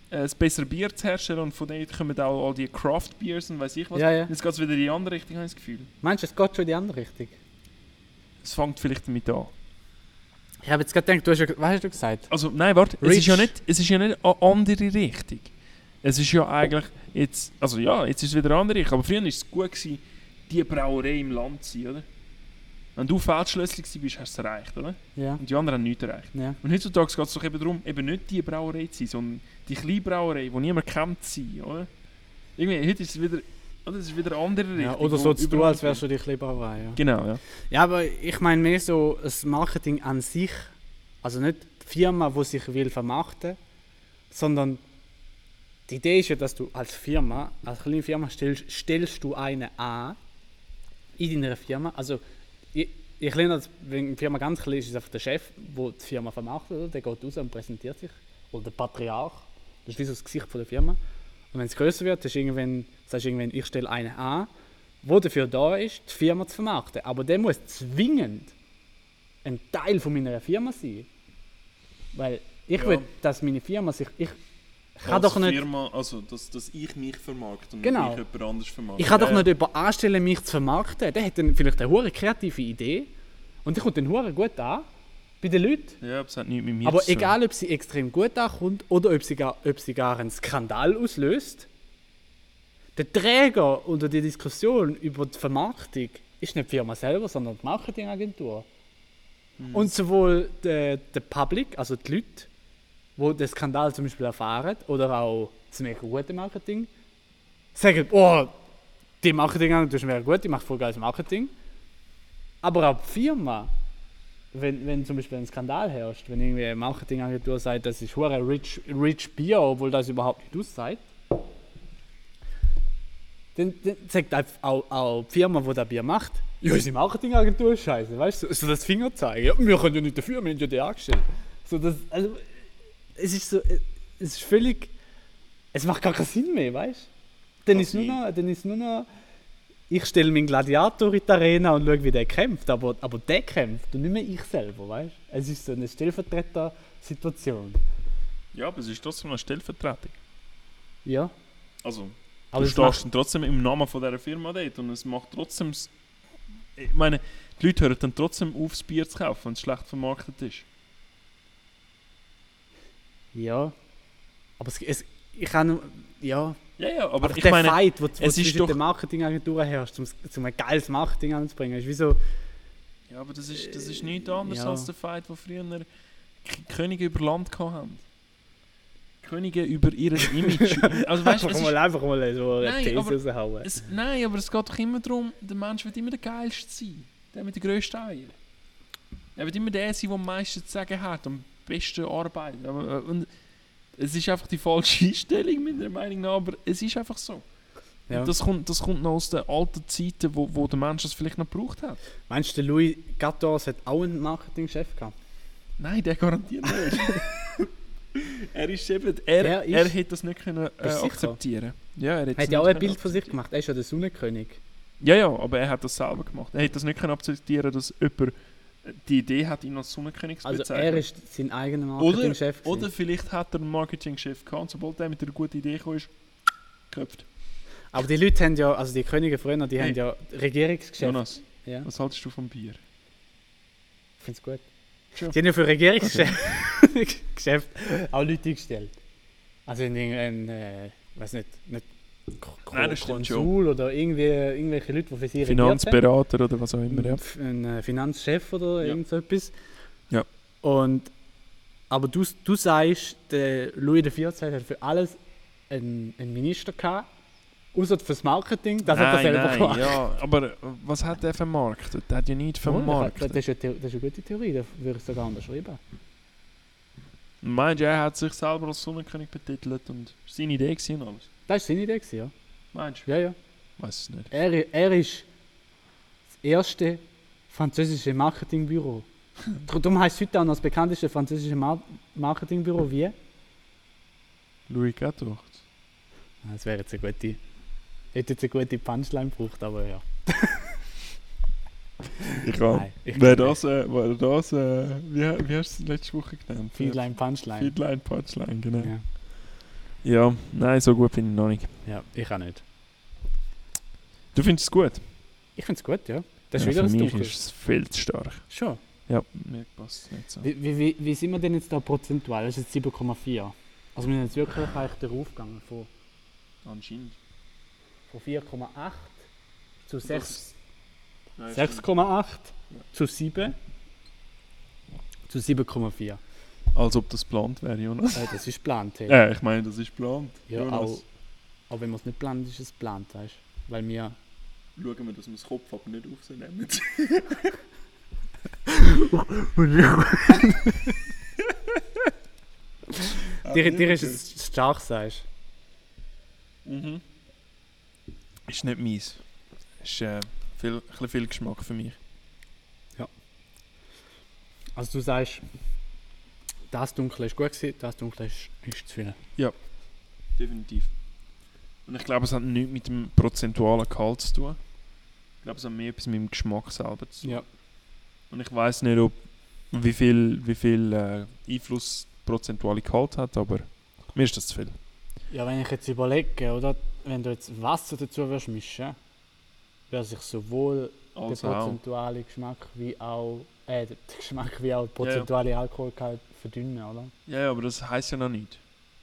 äh, das bessere Bier zu herstellen und von denen kommen auch all die Craft Beers und weiß ich was.
Ja, ja.
Jetzt geht es wieder in die andere Richtung, habe ich das Gefühl.
Meinst du, es geht schon in die andere Richtung?
Es fängt vielleicht damit an.
Ich habe jetzt gerade gedacht, du hast ja, was hast du gesagt?
Also, nein, warte, es
Rich.
ist, ja nicht, es ist ja nicht eine andere Richtung. Es ist ja eigentlich jetzt, also ja, jetzt ist es wieder eine andere Richtung, aber früher war es gut, gewesen, die Brauerei im Land zu sein, oder? Wenn du Feldschlössli gewesen bist, hast du es erreicht, oder?
Ja.
Und die anderen haben nichts erreicht.
Ja.
Und heutzutage geht es doch eben darum, eben nicht die Brauerei zu sein, sondern die kleine Brauerei, die niemand kennt, zu sein, oder? Irgendwie, heute ist es wieder, oder? Es ist wieder eine andere Richtung.
ja oder so zu tun, als wärst du dich lieber rein. Ja.
Genau, ja.
ja, aber ich meine mehr so das Marketing an sich. Also nicht die Firma, die sich will vermarkten, sondern die Idee ist ja, dass du als Firma, als kleine Firma, stellst, stellst du eine an in deiner Firma. Also ich, ich lerne das, wenn eine Firma ganz klein ist, ist einfach der Chef, der die Firma vermarktet, oder? der geht raus und präsentiert sich. Oder der Patriarch, das ist wie so das Gesicht von der Firma. Und wenn es größer wird, ist irgendwann, sagst du irgendwann, ich stelle einen an, wo dafür da ist, die Firma zu vermarkten. Aber der muss zwingend ein Teil von meiner Firma sein. Weil ich
Ja.
will, dass meine Firma sich... Ich, kann doch nicht...
Firma, also, dass, dass ich mich vermarkte und
Genau. ich
jemand anders vermarkte.
Ich kann doch nicht jemanden anstellen, mich zu vermarkten. Der hat dann vielleicht eine hure kreative Idee und die kommt dann hure gut an bei den Leuten.
Ja, aber es hat nichts mit mir
Aber
zu tun.
egal, ob sie extrem gut ankommt oder ob sie gar, ob sie gar einen Skandal auslöst, der Träger unter die Diskussion über die Vermarktung ist nicht die Firma selber, sondern die Marketingagentur. Und sowohl der, der Public, also die Leute, die den Skandal zum Beispiel erfahren oder auch das mega gute Marketing, sagen, oh, die Marketingagentur ist mega gut, die macht voll geiles Marketing. Aber auch die Firma, wenn, wenn zum Beispiel ein Skandal herrscht, wenn irgendwie eine Marketingagentur sagt, das ist hure rich, rich Bier, obwohl das überhaupt nicht aussagt, dann, dann sagt auch, auch, auch die Firma, die das Bier macht, ja, unsere Marketingagentur ist scheiße, weißt du, so, so das Finger zeigen, ja, wir können ja nicht dafür, wir haben ja die angestellt. So, das, also, es ist so, es ist völlig, es macht gar keinen Sinn mehr, weißt du. Dann ist nur noch, dann ist nur noch ich stelle meinen Gladiator in die Arena und schaue, wie der kämpft. Aber, aber der kämpft und nicht mehr ich selber, weißt du? Es ist so eine Stellvertreter-Situation.
Ja, aber es ist trotzdem noch eine Stellvertretung.
Ja.
Also,
Aber
du
es
stehst
macht,
dann trotzdem im Namen von dieser Firma dort und es macht trotzdem... s- Ich meine, die Leute hören dann trotzdem auf, das Bier zu kaufen, wenn es schlecht vermarktet ist.
ja. Aber es, es, ich kann. Ja.
Ja, ja, aber,
Aber,
ich
der
meine...
Fight, wo, wo
es ist
zwischen
doch-
den Marketingagenturen herrscht, um, um ein geiles Marketing anzubringen, ist wie
Also
so.
Ja, aber das ist, das ist nichts anderes
ja.
als der Fight, wo früher K- Könige über Land hatten. Könige über ihr Image. also weißt du, es
einfach,
ist-
mal, einfach mal so eine
Nein,
These
aber-
raushauen.
Es, nein, aber es geht doch immer darum, der Mensch wird immer der Geilste sein. Der mit den grössten Eiern. Er wird immer der sein, der am meisten zu sagen hat, am besten arbeitet. Aber, äh, Und es ist einfach die falsche Einstellung, meiner Meinung nach, aber es ist einfach so.
Ja.
Und das, kommt, das kommt noch aus den alten Zeiten, wo, wo der Mensch das vielleicht noch gebraucht hat.
Meinst du, der Louis Gattos hat auch einen Marketingchef gehabt?
Nein, der garantiert nicht. er ist eben, er,
Der
er,
ist-
hätte das nicht können, äh,
Bist du sicher?
akzeptieren Ja, er hätte
Er
es
hat ja auch
nicht
ein
können
Bild von sich gemacht. Er ist ja der Sonnenkönig.
Ja, ja, aber er hat das selber gemacht. Er hätte das nicht können akzeptieren dass jemand äh, die Idee hat, ihn als Sonnenkönig zu
Also
bezeichnen.
er ist sein eigener
oder,
Marketingchef.
oder
gewesen.
vielleicht hat er einen Marketingchef gehabt und sobald er mit einer guten Idee kam, ist geköpft.
Aber die Leute haben ja, also die Könige früher, die
Hey.
haben ja Regierungsgeschäfte.
Jonas,
Ja,
was haltest du vom Bier?
ich finde es gut.
Sure.
Die haben ja für Regierungsgeschäfte Geschäfte auch Leute eingestellt. Also in irgendein, äh, weiß nicht, nicht Ko-
Nein, das
Ko-
stimmt
Konsul oder irgendwie, irgendwelche Leute, die für sie regiert
Finanzberater oder was auch
haben.
immer, ja.
F- Ein äh, Finanzchef oder
Ja.
irgend so etwas.
Ja.
Und, aber du, du sagst, der Louis XIV hat für alles einen, einen Minister gehabt, außer fürs Marketing, das hat er selber
nein,
gemacht.
ja, aber äh, was hat er vermarktet? Er hat ja nichts
Das,
vermarktet.
ist eine, Theo- das ist eine gute Theorie, da würde ich sogar unterschreiben.
Meinst du, er hat sich selber als Sonnenkönig betitelt und seine Idee gesehen alles?
Das war seine Idee, gewesen, ja.
Meinst du?
ja, ja.
Weiß es nicht.
Er, er ist das erste französische Marketingbüro. Darum heißt heute auch noch das bekannteste französische Mar Marketingbüro wie?
Louis XIV.
Ah, Das wäre jetzt eine gute. Hätte jetzt eine gute Punchline gebraucht, aber ja.
Ich habe.
Nein, ich
Wer das, äh, wer das, äh, wie, wie hast du es letzte Woche genannt? Äh,
Feedline Punchline.
Feedline Punchline, genau.
Ja.
Ja. nein, so gut finde ich noch nicht.
ja, ich auch nicht.
Du findest es gut?
Ich finde es gut, ja. Das ist
ja,
wieder das
für mich
Dunkel.
ist es viel zu stark.
Schon.
Ja, mir passt es nicht so.
Wie, wie, wie, wie sind wir denn jetzt da prozentual? Das ist jetzt 7,4. Also wir sind jetzt wirklich eigentlich darauf gegangen von,
Anscheinend.
von 4,8 zu 6.
Nein,
6,8
Ja.
zu 7 zu 7,4. Äh,
Als ob das geplant wäre, Jonas.
das ist geplant. Hey.
Ja, ich meine, das ist geplant.
Ja,
Jonas,
auch, auch wenn man es nicht plant, ist es geplant, weißt du? Weil wir.
schauen wir, dass wir das Kopf aber nicht auf sie nehmen. Ah,
dir, dir ist
okay.
es stark, sagst
Mhm. Ist nicht meins. Ist äh, viel, ein bisschen viel Geschmack für mich.
du. Also du sagst, das Dunkle ist gut gewesen, das Dunkle ist, ist zu viel.
Definitiv. Und ich glaube, es hat nichts mit dem prozentualen Gehalt zu tun. Ich glaube, es hat mehr etwas mit dem Geschmack selber zu tun.
Ja.
Und ich weiß nicht, ob wie viel, wie viel äh, Einfluss prozentuale Gehalt hat, aber mir ist das zu viel.
Ja, wenn ich jetzt überlege, oder? Wenn du jetzt Wasser dazu würdest mischen, wäre sich sowohl
Also
der
auch.
prozentuale Geschmack wie auch äh, der Geschmack wie auch der prozentuale Alkoholgehalt verdünnen, oder?
Ja, ja, aber das heisst ja noch nicht.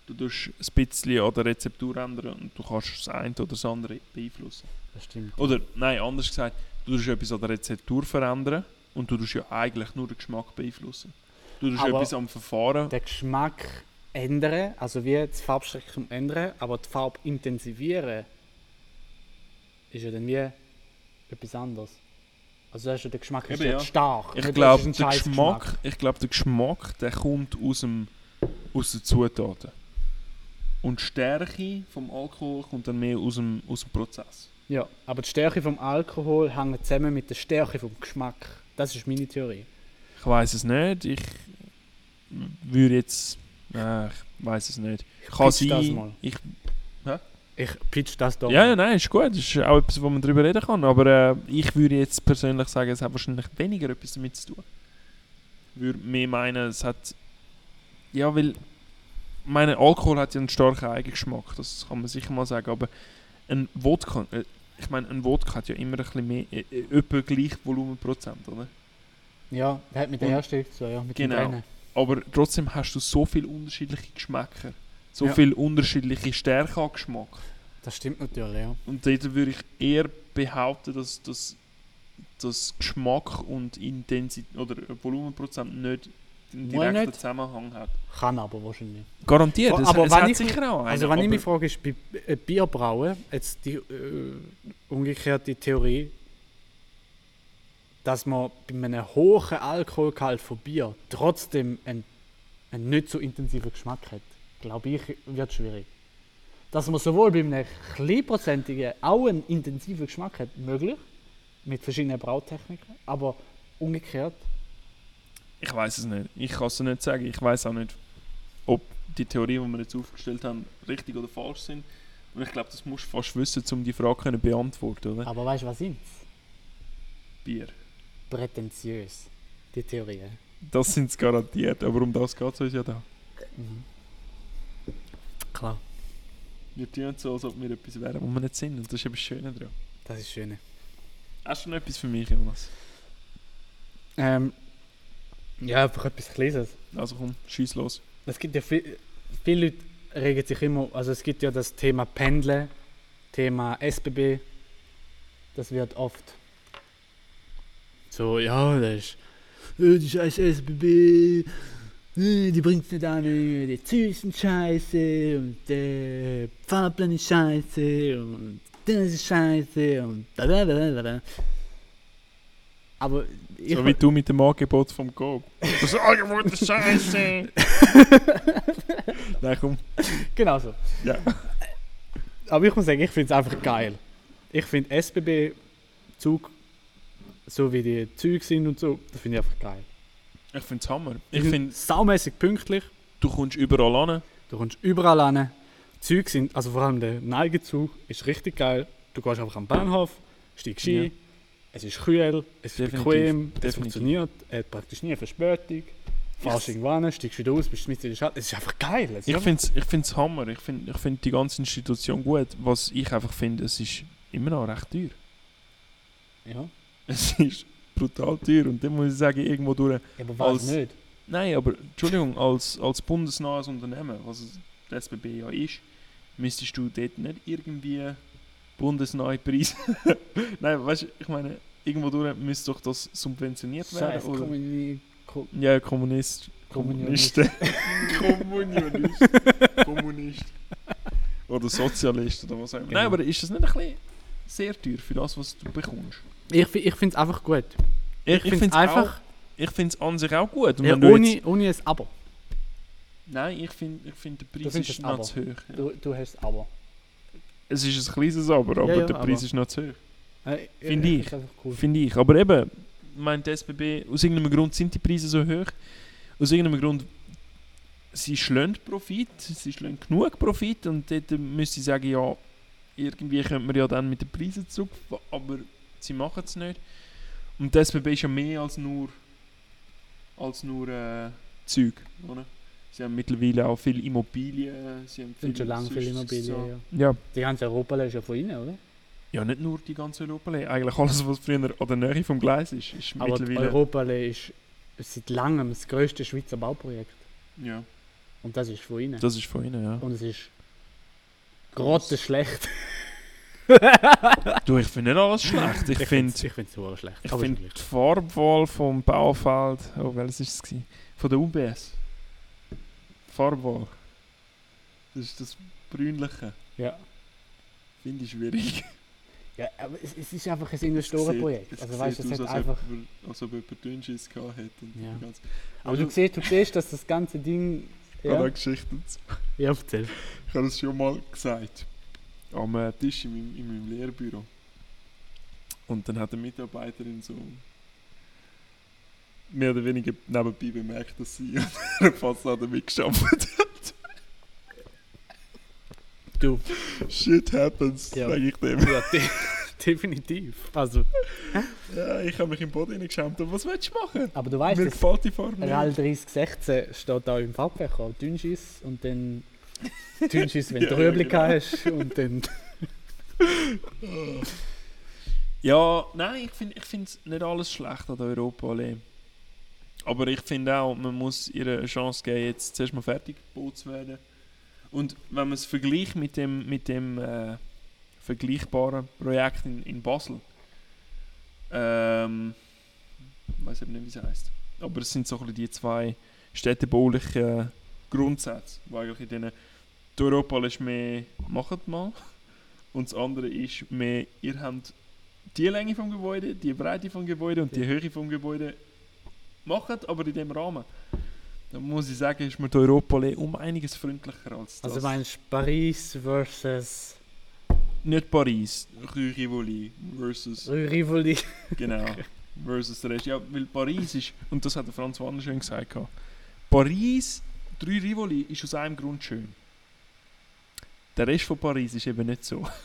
Du tust ein bisschen an der Rezeptur ändern und du kannst das eine oder das andere beeinflussen.
Das stimmt.
Oder nein, anders gesagt, du tust etwas an der Rezeptur verändern und du tust ja eigentlich nur den Geschmack beeinflussen. Du tust
Aber
etwas am Verfahren.
Den Geschmack ändern, also wie das Farbspektrum ändern, aber die Farbe intensivieren, ist ja dann wie etwas anderes. Also hast du den Geschmack ist
Eben,
ja
ja.
stark.
Ich
nicht,
glaube,
es
der
ist ein scheiß
Geschmack, ich glaube, der Geschmack, der kommt aus dem aus den Zutaten. Und die Stärke vom Alkohol kommt dann mehr aus dem, aus dem Prozess.
Ja, aber die Stärke vom Alkohol hängt zusammen mit der Stärke vom Geschmack. Das ist meine Theorie.
Ich weiß es nicht. Ich würde jetzt, äh, ich weiß es nicht. Kann
pitch das
sein.
mal.
Ich,
Ich pitch das doch.
ja, ja, nein, ist gut. Ist auch etwas, wo man drüber reden kann. Aber äh, ich würde jetzt persönlich sagen, es hat wahrscheinlich weniger etwas damit zu tun. Ich würde mehr meinen, es hat, ja, weil meine, Alkohol hat ja einen starken Eigengeschmack, das kann man sicher mal sagen, aber ein Wodka, äh, ich meine, ein Wodka hat ja immer ein bisschen mehr, äh, äh, etwa gleich Volumenprozent, oder?
Ja, der hat mit der
Und-
Herstellung zu tun, ja, mit
Genau.
dem Brennen.
Aber trotzdem hast du so viele unterschiedliche Geschmäcker, so
Ja.
viel unterschiedliche Stärke an Geschmack.
Das stimmt natürlich, ja.
Und dort würde ich eher behaupten, dass das dass Geschmack und Intensität oder Volumenprozent nicht einen
Muss
direkten
nicht.
Zusammenhang hat.
Kann aber wahrscheinlich.
Garantiert,
Aber-
es,
aber
es
wenn
hat
ich-
sicher auch einen.
Also wenn
aber,
ich mich frage, ist bei äh, Bierbrauen jetzt die äh, umgekehrte Theorie, dass man bei einem hohen Alkoholgehalt von Bier trotzdem einen, einen nicht so intensiven Geschmack hat, glaube ich, wird schwierig. Dass man sowohl bei einem kleinprozentigen auch einen intensiven Geschmack hat, möglich, mit verschiedenen Brautechniken, aber umgekehrt,
ich weiß es nicht. Ich kann es nicht sagen. Ich weiß auch nicht, ob die Theorien, die wir jetzt aufgestellt haben, richtig oder falsch sind. Und ich glaube, das musst du fast wissen, um die Frage können beantworten, oder?
aber weißt du, was sind's?
Bier.
Prätentiös, die Theorie.
Das sind es garantiert, aber um das geht es uns ja da.
Klar,
Wir tun so, als ob wir etwas wären, wo wir nicht sind. Und das ist eben das Schöne daran.
das ist schön.
Hast du noch etwas für mich, Jonas?
Ähm, ja, einfach etwas Kleines.
Also komm, schieß los.
Es gibt ja viel, viele Leute regen sich immer, also es gibt ja das Thema Pendeln, Thema SBB, das wird oft so, ja, das ist, äh, die scheiß SBB, äh, die bringt's nicht an, äh, die Züge scheiße und äh, der Fahrplan ist scheiße und das ist scheiße und blablabla. Aber ich...
so wie du mit dem Angebot vom Coop. Das Angebot ist scheiße! Nein, komm.
Genau so.
Ja.
Aber ich muss sagen, ich finde es einfach geil. Ich finde SBB Zug so wie die Züge sind und so. Das finde ich einfach geil.
Ich finde es Hammer.
Die
Ich
sind
finde,
saumässig pünktlich.
du kommst überall an.
Du kommst überall hin. Die Züge sind, also vor allem der Neigezug, ist richtig geil. Du gehst einfach am Bahnhof, steigst ein.
Ja.
Es ist kühl, es ist
Definitiv,
bequem, es
definitiv.
funktioniert, er hat praktisch nie eine Verspätung. Fährst
Ich-
irgendwo hin, steigst wieder aus, bist mit in der Stadt. Es ist einfach geil. Es ist
Ich
einfach-
finde es ich find's Hammer. Ich finde ich find die ganze Institution gut. Was ich einfach finde, es ist immer noch recht teuer.
ja.
Es ist brutal teuer. Und dann muss ich sagen, irgendwo durch.
Aber
Als-
weiß nicht.
Nein, aber Entschuldigung, als, als bundesnahes Unternehmen, was es- das SBB ja ist, müsstest du dort nicht irgendwie bundesnahe Preise. Nein, weißt du, ich meine, irgendwo durch müsste doch das subventioniert werden.
Scheiß
oder?
Kommuni- Ko-
Ja, Kommunist.
Kommunionist.
Kommunisten. Kommunionist. Kommunist. Oder Sozialist oder was auch immer.
Genau.
Nein, aber ist das nicht ein bisschen sehr teuer für das, was du bekommst?
Ich, fi- ich finde es einfach gut. Ich, finde es
find's
einfach,
Auch, ich finde es an sich auch gut. Und
ja,
wenn du
ohne,
jetzt,
ohne ein Aber.
nein, ich finde, ich find, der Preis
findest
ist
es
noch
aber.
zu hoch. Ja.
Du, du hast das Aber.
Es ist ein kleines Aber, aber
ja,
der Preis
aber-
ist noch zu hoch.
Äh,
Find
äh,
ich.
ist einfach cool.
Finde ich. Aber eben, meint die SBB, aus irgendeinem Grund sind die Preise so hoch. Aus irgendeinem Grund, sie schlönt Profit, sie schlönt genug Profit und dort müsste ich sagen, ja, irgendwie könnte man ja dann mit den Preisen zurückfahren, aber sie machen es nicht. Und die SBB ist ja mehr als nur als nur äh, Zeug, oder? Sie haben mittlerweile auch viel Immobilien, sie haben viel
sind schon lange viele
sonst
Immobilien.
so-
Ja.
Ja,
Die ganze Europa ist ja von ihnen, oder?
ja, nicht nur die ganze Europa, eigentlich alles, was früher an der Nähe vom Gleis ist, ist
Aber die
mittlerweile...
Europallee ist seit langem das grösste Schweizer Bauprojekt.
Ja,
Und das ist von ihnen.
das ist von ihnen, ja.
Und es ist grottenschlecht.
Du, ich finde nicht alles schlecht. Ich finde
find's- ich find's super schlecht.
ich
aber
find
ist
die
gleich.
Farbwahl vom Baufeld, oh, welches ist es? Gewesen? Von der UBS. Farbwahl. Das ist das Brünliche.
Ja.
Finde ich schwierig.
ja, aber es, es ist einfach ein Investorenprojekt. Also weißt du, es hat einfach.
Als Also, ob jemand Dünnschiss gehabt hätte. und
Ja.
die ganze-
Aber du siehst, du siehst, dass das ganze Ding.
Ich habe
Ja,
eine Geschichte dazu.
ja erzähl.
Ich habe es schon mal gesagt. Am äh, Tisch in meinem, in meinem Lehrbüro. Und dann hat eine Mitarbeiterin so mehr oder weniger nebenbei bemerkt, dass sie an der Fassade mitgeschafft
Du,
hat. Shit happens,
Ja.
sage ich dem.
ja, de definitiv. Also,
Ja, ich habe mich im Boden hineingeschämt. Aber was willst du machen?
aber du weißt,
Mir
dass
gefällt die Farbe
RAL
nicht.
3016 steht da im Farbwerk auch. Dünnschiss und dann. Dünnschiss, wenn
Ja,
du
ja,
Rüebli
genau.
hast und dann.
Ja, nein, ich finde ich find's nicht alles schlecht an der Europa Allee. Aber ich finde auch, man muss ihr eine Chance geben, jetzt zuerst mal fertig gebaut zu werden. Und wenn man es vergleicht mit dem, mit dem äh, vergleichbaren Projekt in, in Basel, ähm, ich weiß eben nicht, wie es heißt. Aber es sind so ein bisschen die zwei städtebaulichen Grundsätze, die eigentlich in denen die Europa Allee ist mehr «macht mal» und das andere ist mehr «ihr habt die Länge vom Gebäude, die Breite vom Gebäude und die Höhe vom Gebäude machen, aber in dem Rahmen. Dann muss ich sagen, ist mir die Europa Allee um einiges freundlicher als das.
Also meinst du Paris versus
Nicht Paris, Rue Rivoli versus,
Rue Rivoli?
genau, versus der Rest. Ja, weil Paris ist, und das hat der Franz Warner schön gesagt, gehabt, Paris, die Rue Rivoli ist aus einem Grund schön. Der Rest von Paris ist eben nicht so.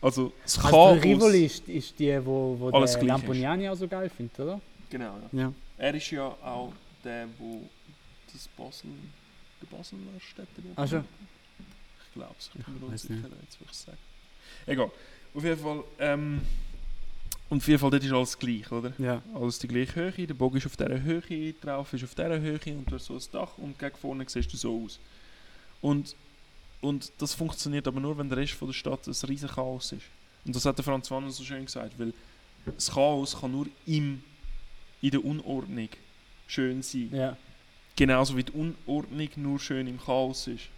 Also, es kann
Also
aus-
Rue Rivoli ist, ist die, wo, wo
Alles
der
gleich ist.
Lamponiani auch so geil findet, oder?
Genau, ja.
Ja.
Er ist ja auch der, wo das Basel, der Basler Städtebau.
Ach so.
Ich glaube, es kommt mir
Also. weiss
unsicher,
nicht.
jetzt würde ich sagen. Egal. Auf jeden Fall, ähm, und auf jeden Fall, dort ist alles gleich, oder?
Ja.
Alles die gleiche Höhe, der Bogen ist auf dieser Höhe, drauf ist auf dieser Höhe und du hast so ein Dach und gegen vorne siehst du so aus. Und, und das funktioniert aber nur, wenn der Rest von der Stadt ein riesen Chaos ist. Und das hat der Franz Wanner so schön gesagt, weil das Chaos kann nur im, in der Unordnung schön sein.
ja.
Genauso wie die Unordnung nur schön im Chaos ist.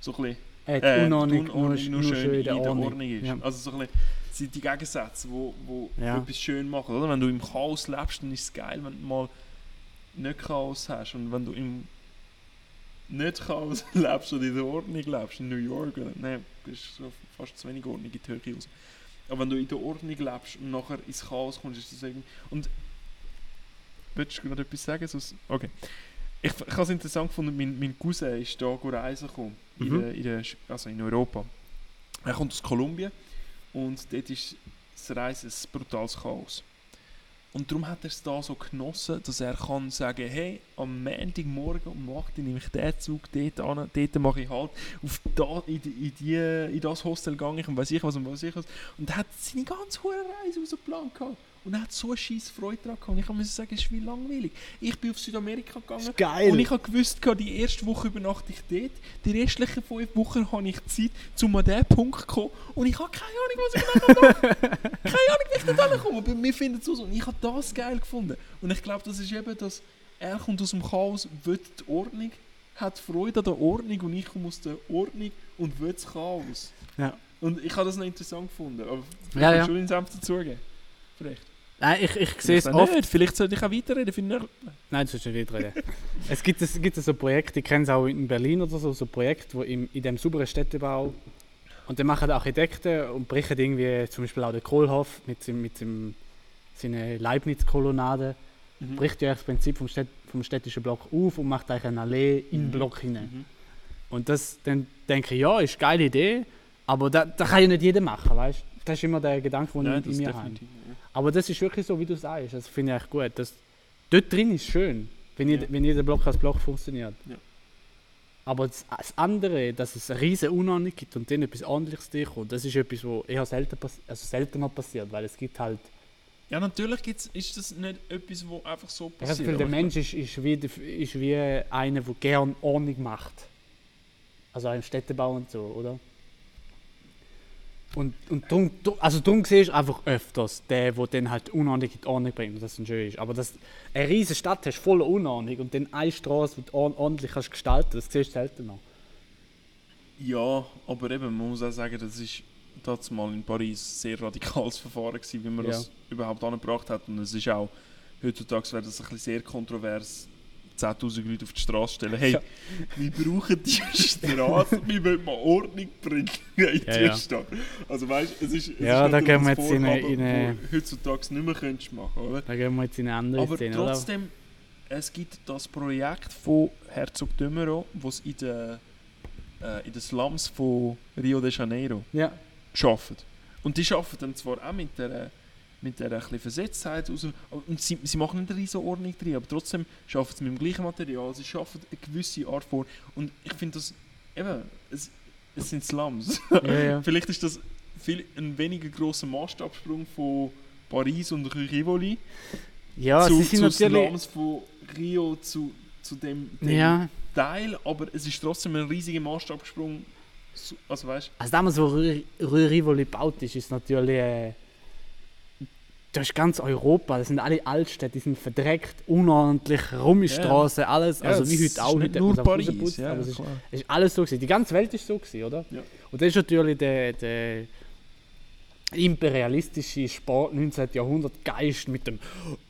So ein bisschen
Äh, die
äh,
Unordnung
die
nur, sch- nur schön in der Ordnung.
ist.
Ja.
Also so ein bisschen, es sind die Gegensätze, wo, wo
Ja.
etwas schön machen. Oder? Wenn du im Chaos lebst, dann ist es geil, wenn du mal nicht Chaos hast. Und wenn du im nicht Chaos lebst oder in der Ordnung lebst, in New York, oder, nein, das ist so fast zu wenig Ordnung in Türkei raus. Aber wenn du in der Ordnung lebst und nachher ins Chaos kommst, ist das irgendwie. Und. Willst du gerade etwas sagen? Sonst... Okay. Ich, ich habe es interessant gefunden, mein, mein Cousin ist da reisen gekommen, in,
Mhm.
der, in, der, Sch- also in Europa. Er kommt aus Kolumbien und dort ist das Reisen ein brutales Chaos. Und darum hat er es da so genossen, dass er kann sagen, hey, am Montagmorgen um 8 Uhr nehme ich den Zug dort an, dort mache ich halt, auf da, in, die- in, die, in das Hostel gehe ich und weiß ich was und weiß ich was. Und er hat seine ganze hohe Reise rausgeplant gehabt. Und er hat so eine scheisse Freude dran gehabt. Und ich muss sagen, es ist wie langweilig. Ich bin auf Südamerika gegangen
ist geil.
und ich habe gewusst, gehabt, die erste Woche übernachte ich dort, die restlichen fünf Wochen habe ich Zeit, um an diesen Punkt zu kommen. Und ich habe keine Ahnung, was ich genau mache. keine Ahnung, wie ich da hinkomme. Aber wir finden es aus. Und ich habe das geil gefunden. Und ich glaube, das ist eben, dass er kommt aus dem Chaos, will die Ordnung, hat Freude an der Ordnung und ich komme aus der Ordnung und will das Chaos.
Ja.
Und ich habe das noch interessant gefunden. Aber vielleicht
Ja,
ja,
ja.
schon den Senf dazugeben. Vielleicht.
Nein, ich, ich sehe es
Vielleicht
oft.
Nicht. Vielleicht sollte ich auch weiterreden. Finde ich
Nein, das ist nicht reden. es gibt, es gibt so Projekte, ich kenne es auch in Berlin oder so, so Projekte, wo im, in dem sauberen Städtebau und dann machen die Architekten und brechen irgendwie zum Beispiel auch den Kohlhof mit, seinem- mit seinem, seiner Leibniz-Kolonnade,
Mhm.
bricht ja das Prinzip vom, Städt, vom städtischen Block auf und macht eigentlich eine Allee in den
Mhm.
Block hinein.
Mhm.
Und das, dann denke ich, ja, ist eine geile Idee, aber da, da kann ja nicht jeder machen, weißt du? Das ist immer der Gedanke, den ich in mir habe.
ja.
Aber das ist wirklich so, wie du sagst. Das finde ich echt gut. Das, dort drin ist schön, wenn, jeder,
Ja.
wenn jeder Block als Block funktioniert.
Ja.
Aber das, das andere, dass es eine riesige Unordnung gibt und dann etwas ordentliches durchkommt, das ist etwas, was eher selten pass also seltener passiert, weil es gibt halt...
Ja, natürlich gibt's, ist das nicht etwas, wo einfach so
Ich habe das
passiert.
Gefühl, der
aber
Mensch ist, ist, wie, ist wie einer, der gerne Ordnung macht. Also auch im Städtebau und so, oder? Und, und darum, du- also darum siehst du einfach öfters den, der dann halt Unordnung in die Ordnung bringt und das dann schön ist. Aber dass eine riesige Stadt hast, voller Unordnung und dann eine Straße, die du or- ordentlich kannst gestalten das siehst du seltener.
Ja, aber eben, man muss auch sagen, das ist das mal in Paris ein sehr radikales Verfahren gewesen, wie man
Ja.
das überhaupt angebracht hat. Und es ist auch, heutzutage wäre das ein bisschen sehr kontrovers, 10'000 Leute auf die Straße stellen. Hey,
Ja.
wir brauchen die Straße, wir wollen mal Ordnung bringen in die
Ja, ja.
Stadt. Also weißt du, es ist, es
Ja,
ist
da
natürlich
gehen wir
ein
jetzt in eine-
Vorhaben,
in eine-
wo du heutzutage nicht mehr könntest machen, oder?
Da gehen wir jetzt in eine andere
Aber
Szene, oder?
trotzdem, es gibt das Projekt von Herzog Dümmerow, was in den äh, in den Slums von Rio de Janeiro
Ja,
arbeitet. Und die arbeiten dann zwar auch mit der mit der ein bisschen Versetztheit raus, aber- und sie, sie machen nicht eine riesen Ordnung drin, aber trotzdem arbeiten sie mit dem gleichen Material, sie arbeiten eine gewisse Art vor und ich finde das, eben, es, es sind Slums.
ja, ja.
Vielleicht ist das viel, ein weniger grosser Maßstabsprung von Paris und Rivoli,
ja
zu,
Ah, sie sind
zu
natürlich...
Slums von Rio zu, zu dem, dem
Ja,
Teil, aber es ist trotzdem ein riesiger Maßstabsprung. So- Also weißt
Also damals, wo Rü- Rue Rivoli gebaut ist, ist natürlich. Äh, das ist ganz Europa, das sind alle Altstädte, die sind verdreckt, unordentlich, rumme
Ja.
Straßen, alles.
du,
also
es
wie
ist
heute auch,
nicht
heute hat
nur
man es
Paris.
rausgeputzt,
Ja,
aber es ist,
klar.
es ist alles so gewesen. Die ganze Welt ist so gewesen, oder?
Ja.
Und das ist natürlich der, der imperialistische Sport 19. Jahrhundert Geist mit dem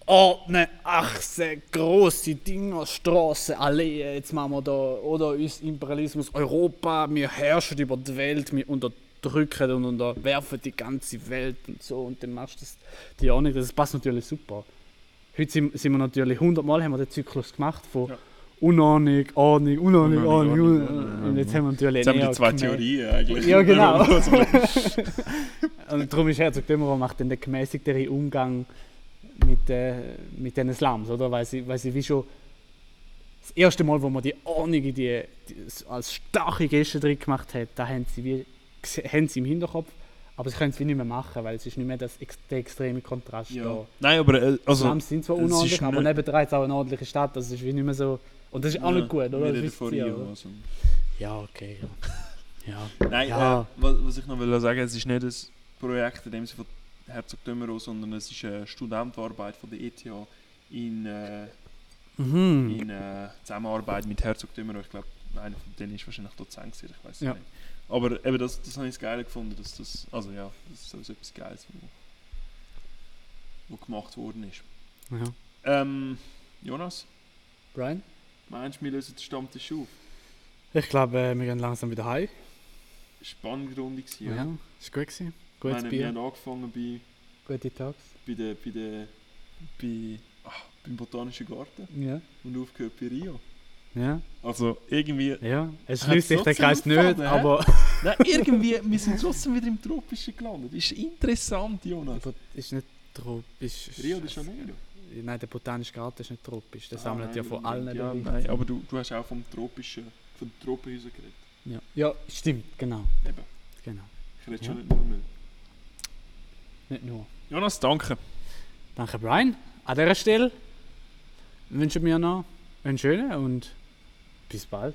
Ordnen, Achse, große Dinger, Straßen, Alleen, jetzt machen wir da, oder uns Imperialismus, Europa, wir herrschen über die Welt, wir unterdrücken und unterwerfen die ganze Welt und so und dann machst du das, die Ordnung, das passt natürlich super. Heute sind, sind wir natürlich 100 Mal haben wir den Zyklus gemacht von
Ja.
Unordnung, Ordnung, Unordnung,
Unordnung,
Ordnung,
Ordnung,
Unordnung,
Ordnung,
und jetzt haben wir natürlich
Jetzt haben wir
näher
die zwei
gemerkt.
Theorien eigentlich.
Ja, genau.
Also,
Und darum ist Herzog Dömerow macht dann den gemäßigteren Umgang mit, äh, mit diesen Slums, oder? Weil sie, weil sie wie schon das erste Mal, wo man die Ordnung in die, die, s- als starke Geste drin gemacht hat, da haben sie, wie, gse- haben sie im Hinterkopf, aber sie können es wie nicht mehr machen, weil es ist nicht mehr das, ex- der extreme Kontrast da.
ja. Nein, aber äh, also,
Slums sind zwar
es ist
unordentlich, aber
nicht-
nebenan ist auch eine ordentliche Stadt, das ist wie nicht mehr so... Und das ist auch
ja,
nicht gut, oder?
wir
Das
reden
wisst
von
ihr,
Rio,
oder?
also.
Ja, okay, ja. ja.
Nein,
Ja.
äh, was, was ich noch will sagen, es ist nicht ein Projekt in dem Sinne von Herzog Dömerow, sondern es ist eine Studentenarbeit von der ETH in, äh,
Mhm.
in äh, Zusammenarbeit mit Herzog Dümmerow. Ich glaube, einer von denen ist wahrscheinlich Dozent gewesen, ich weiß es
Ja.
nicht. Aber eben das, das habe ich das Geile gefunden, dass das, also ja, das ist sowieso etwas Geiles, wo, wo gemacht worden ist.
Ja.
Ähm, Jonas,
Brian?
meinst du, wir lösen den Stammtisch auf?
Ich glaube, äh, wir gehen langsam wieder heim.
Spannende Runde gewesen, ja.
ist gut gewesen.
Ich
Gutes
meine, wir
Bier,
haben angefangen bei,
gute Tags.
bei der, bei der, bei, ah, beim Botanischen Garten
Ja.
und aufgehört bei Rio.
Ja,
Also irgendwie,
ja. Es
Hat
schließt sich der
trotzdem
Kreis nicht,
aufgeladen, hä?
aber.
nein, irgendwie, wir sind trotzdem wieder im Tropischen gelandet. Ist interessant, Jonas.
Aber ist nicht tropisch. Äh,
Rio de Janeiro.
Nein, der botanische Garten ist nicht tropisch. Der
Ah,
sammelt
nein,
ja von
Moment.
allen
ja,
Leuten.
nein, aber du, du hast auch vom Tropischen, von den Tropenhäusern geredet.
Ja. ja, stimmt, genau.
Eben,
genau.
ich rede
Ja.
schon nicht nur mehr.
Nicht nur.
Jonas, danke.
Danke, Brian. An dieser Stelle wünschen wir noch einen schönen und bis bald.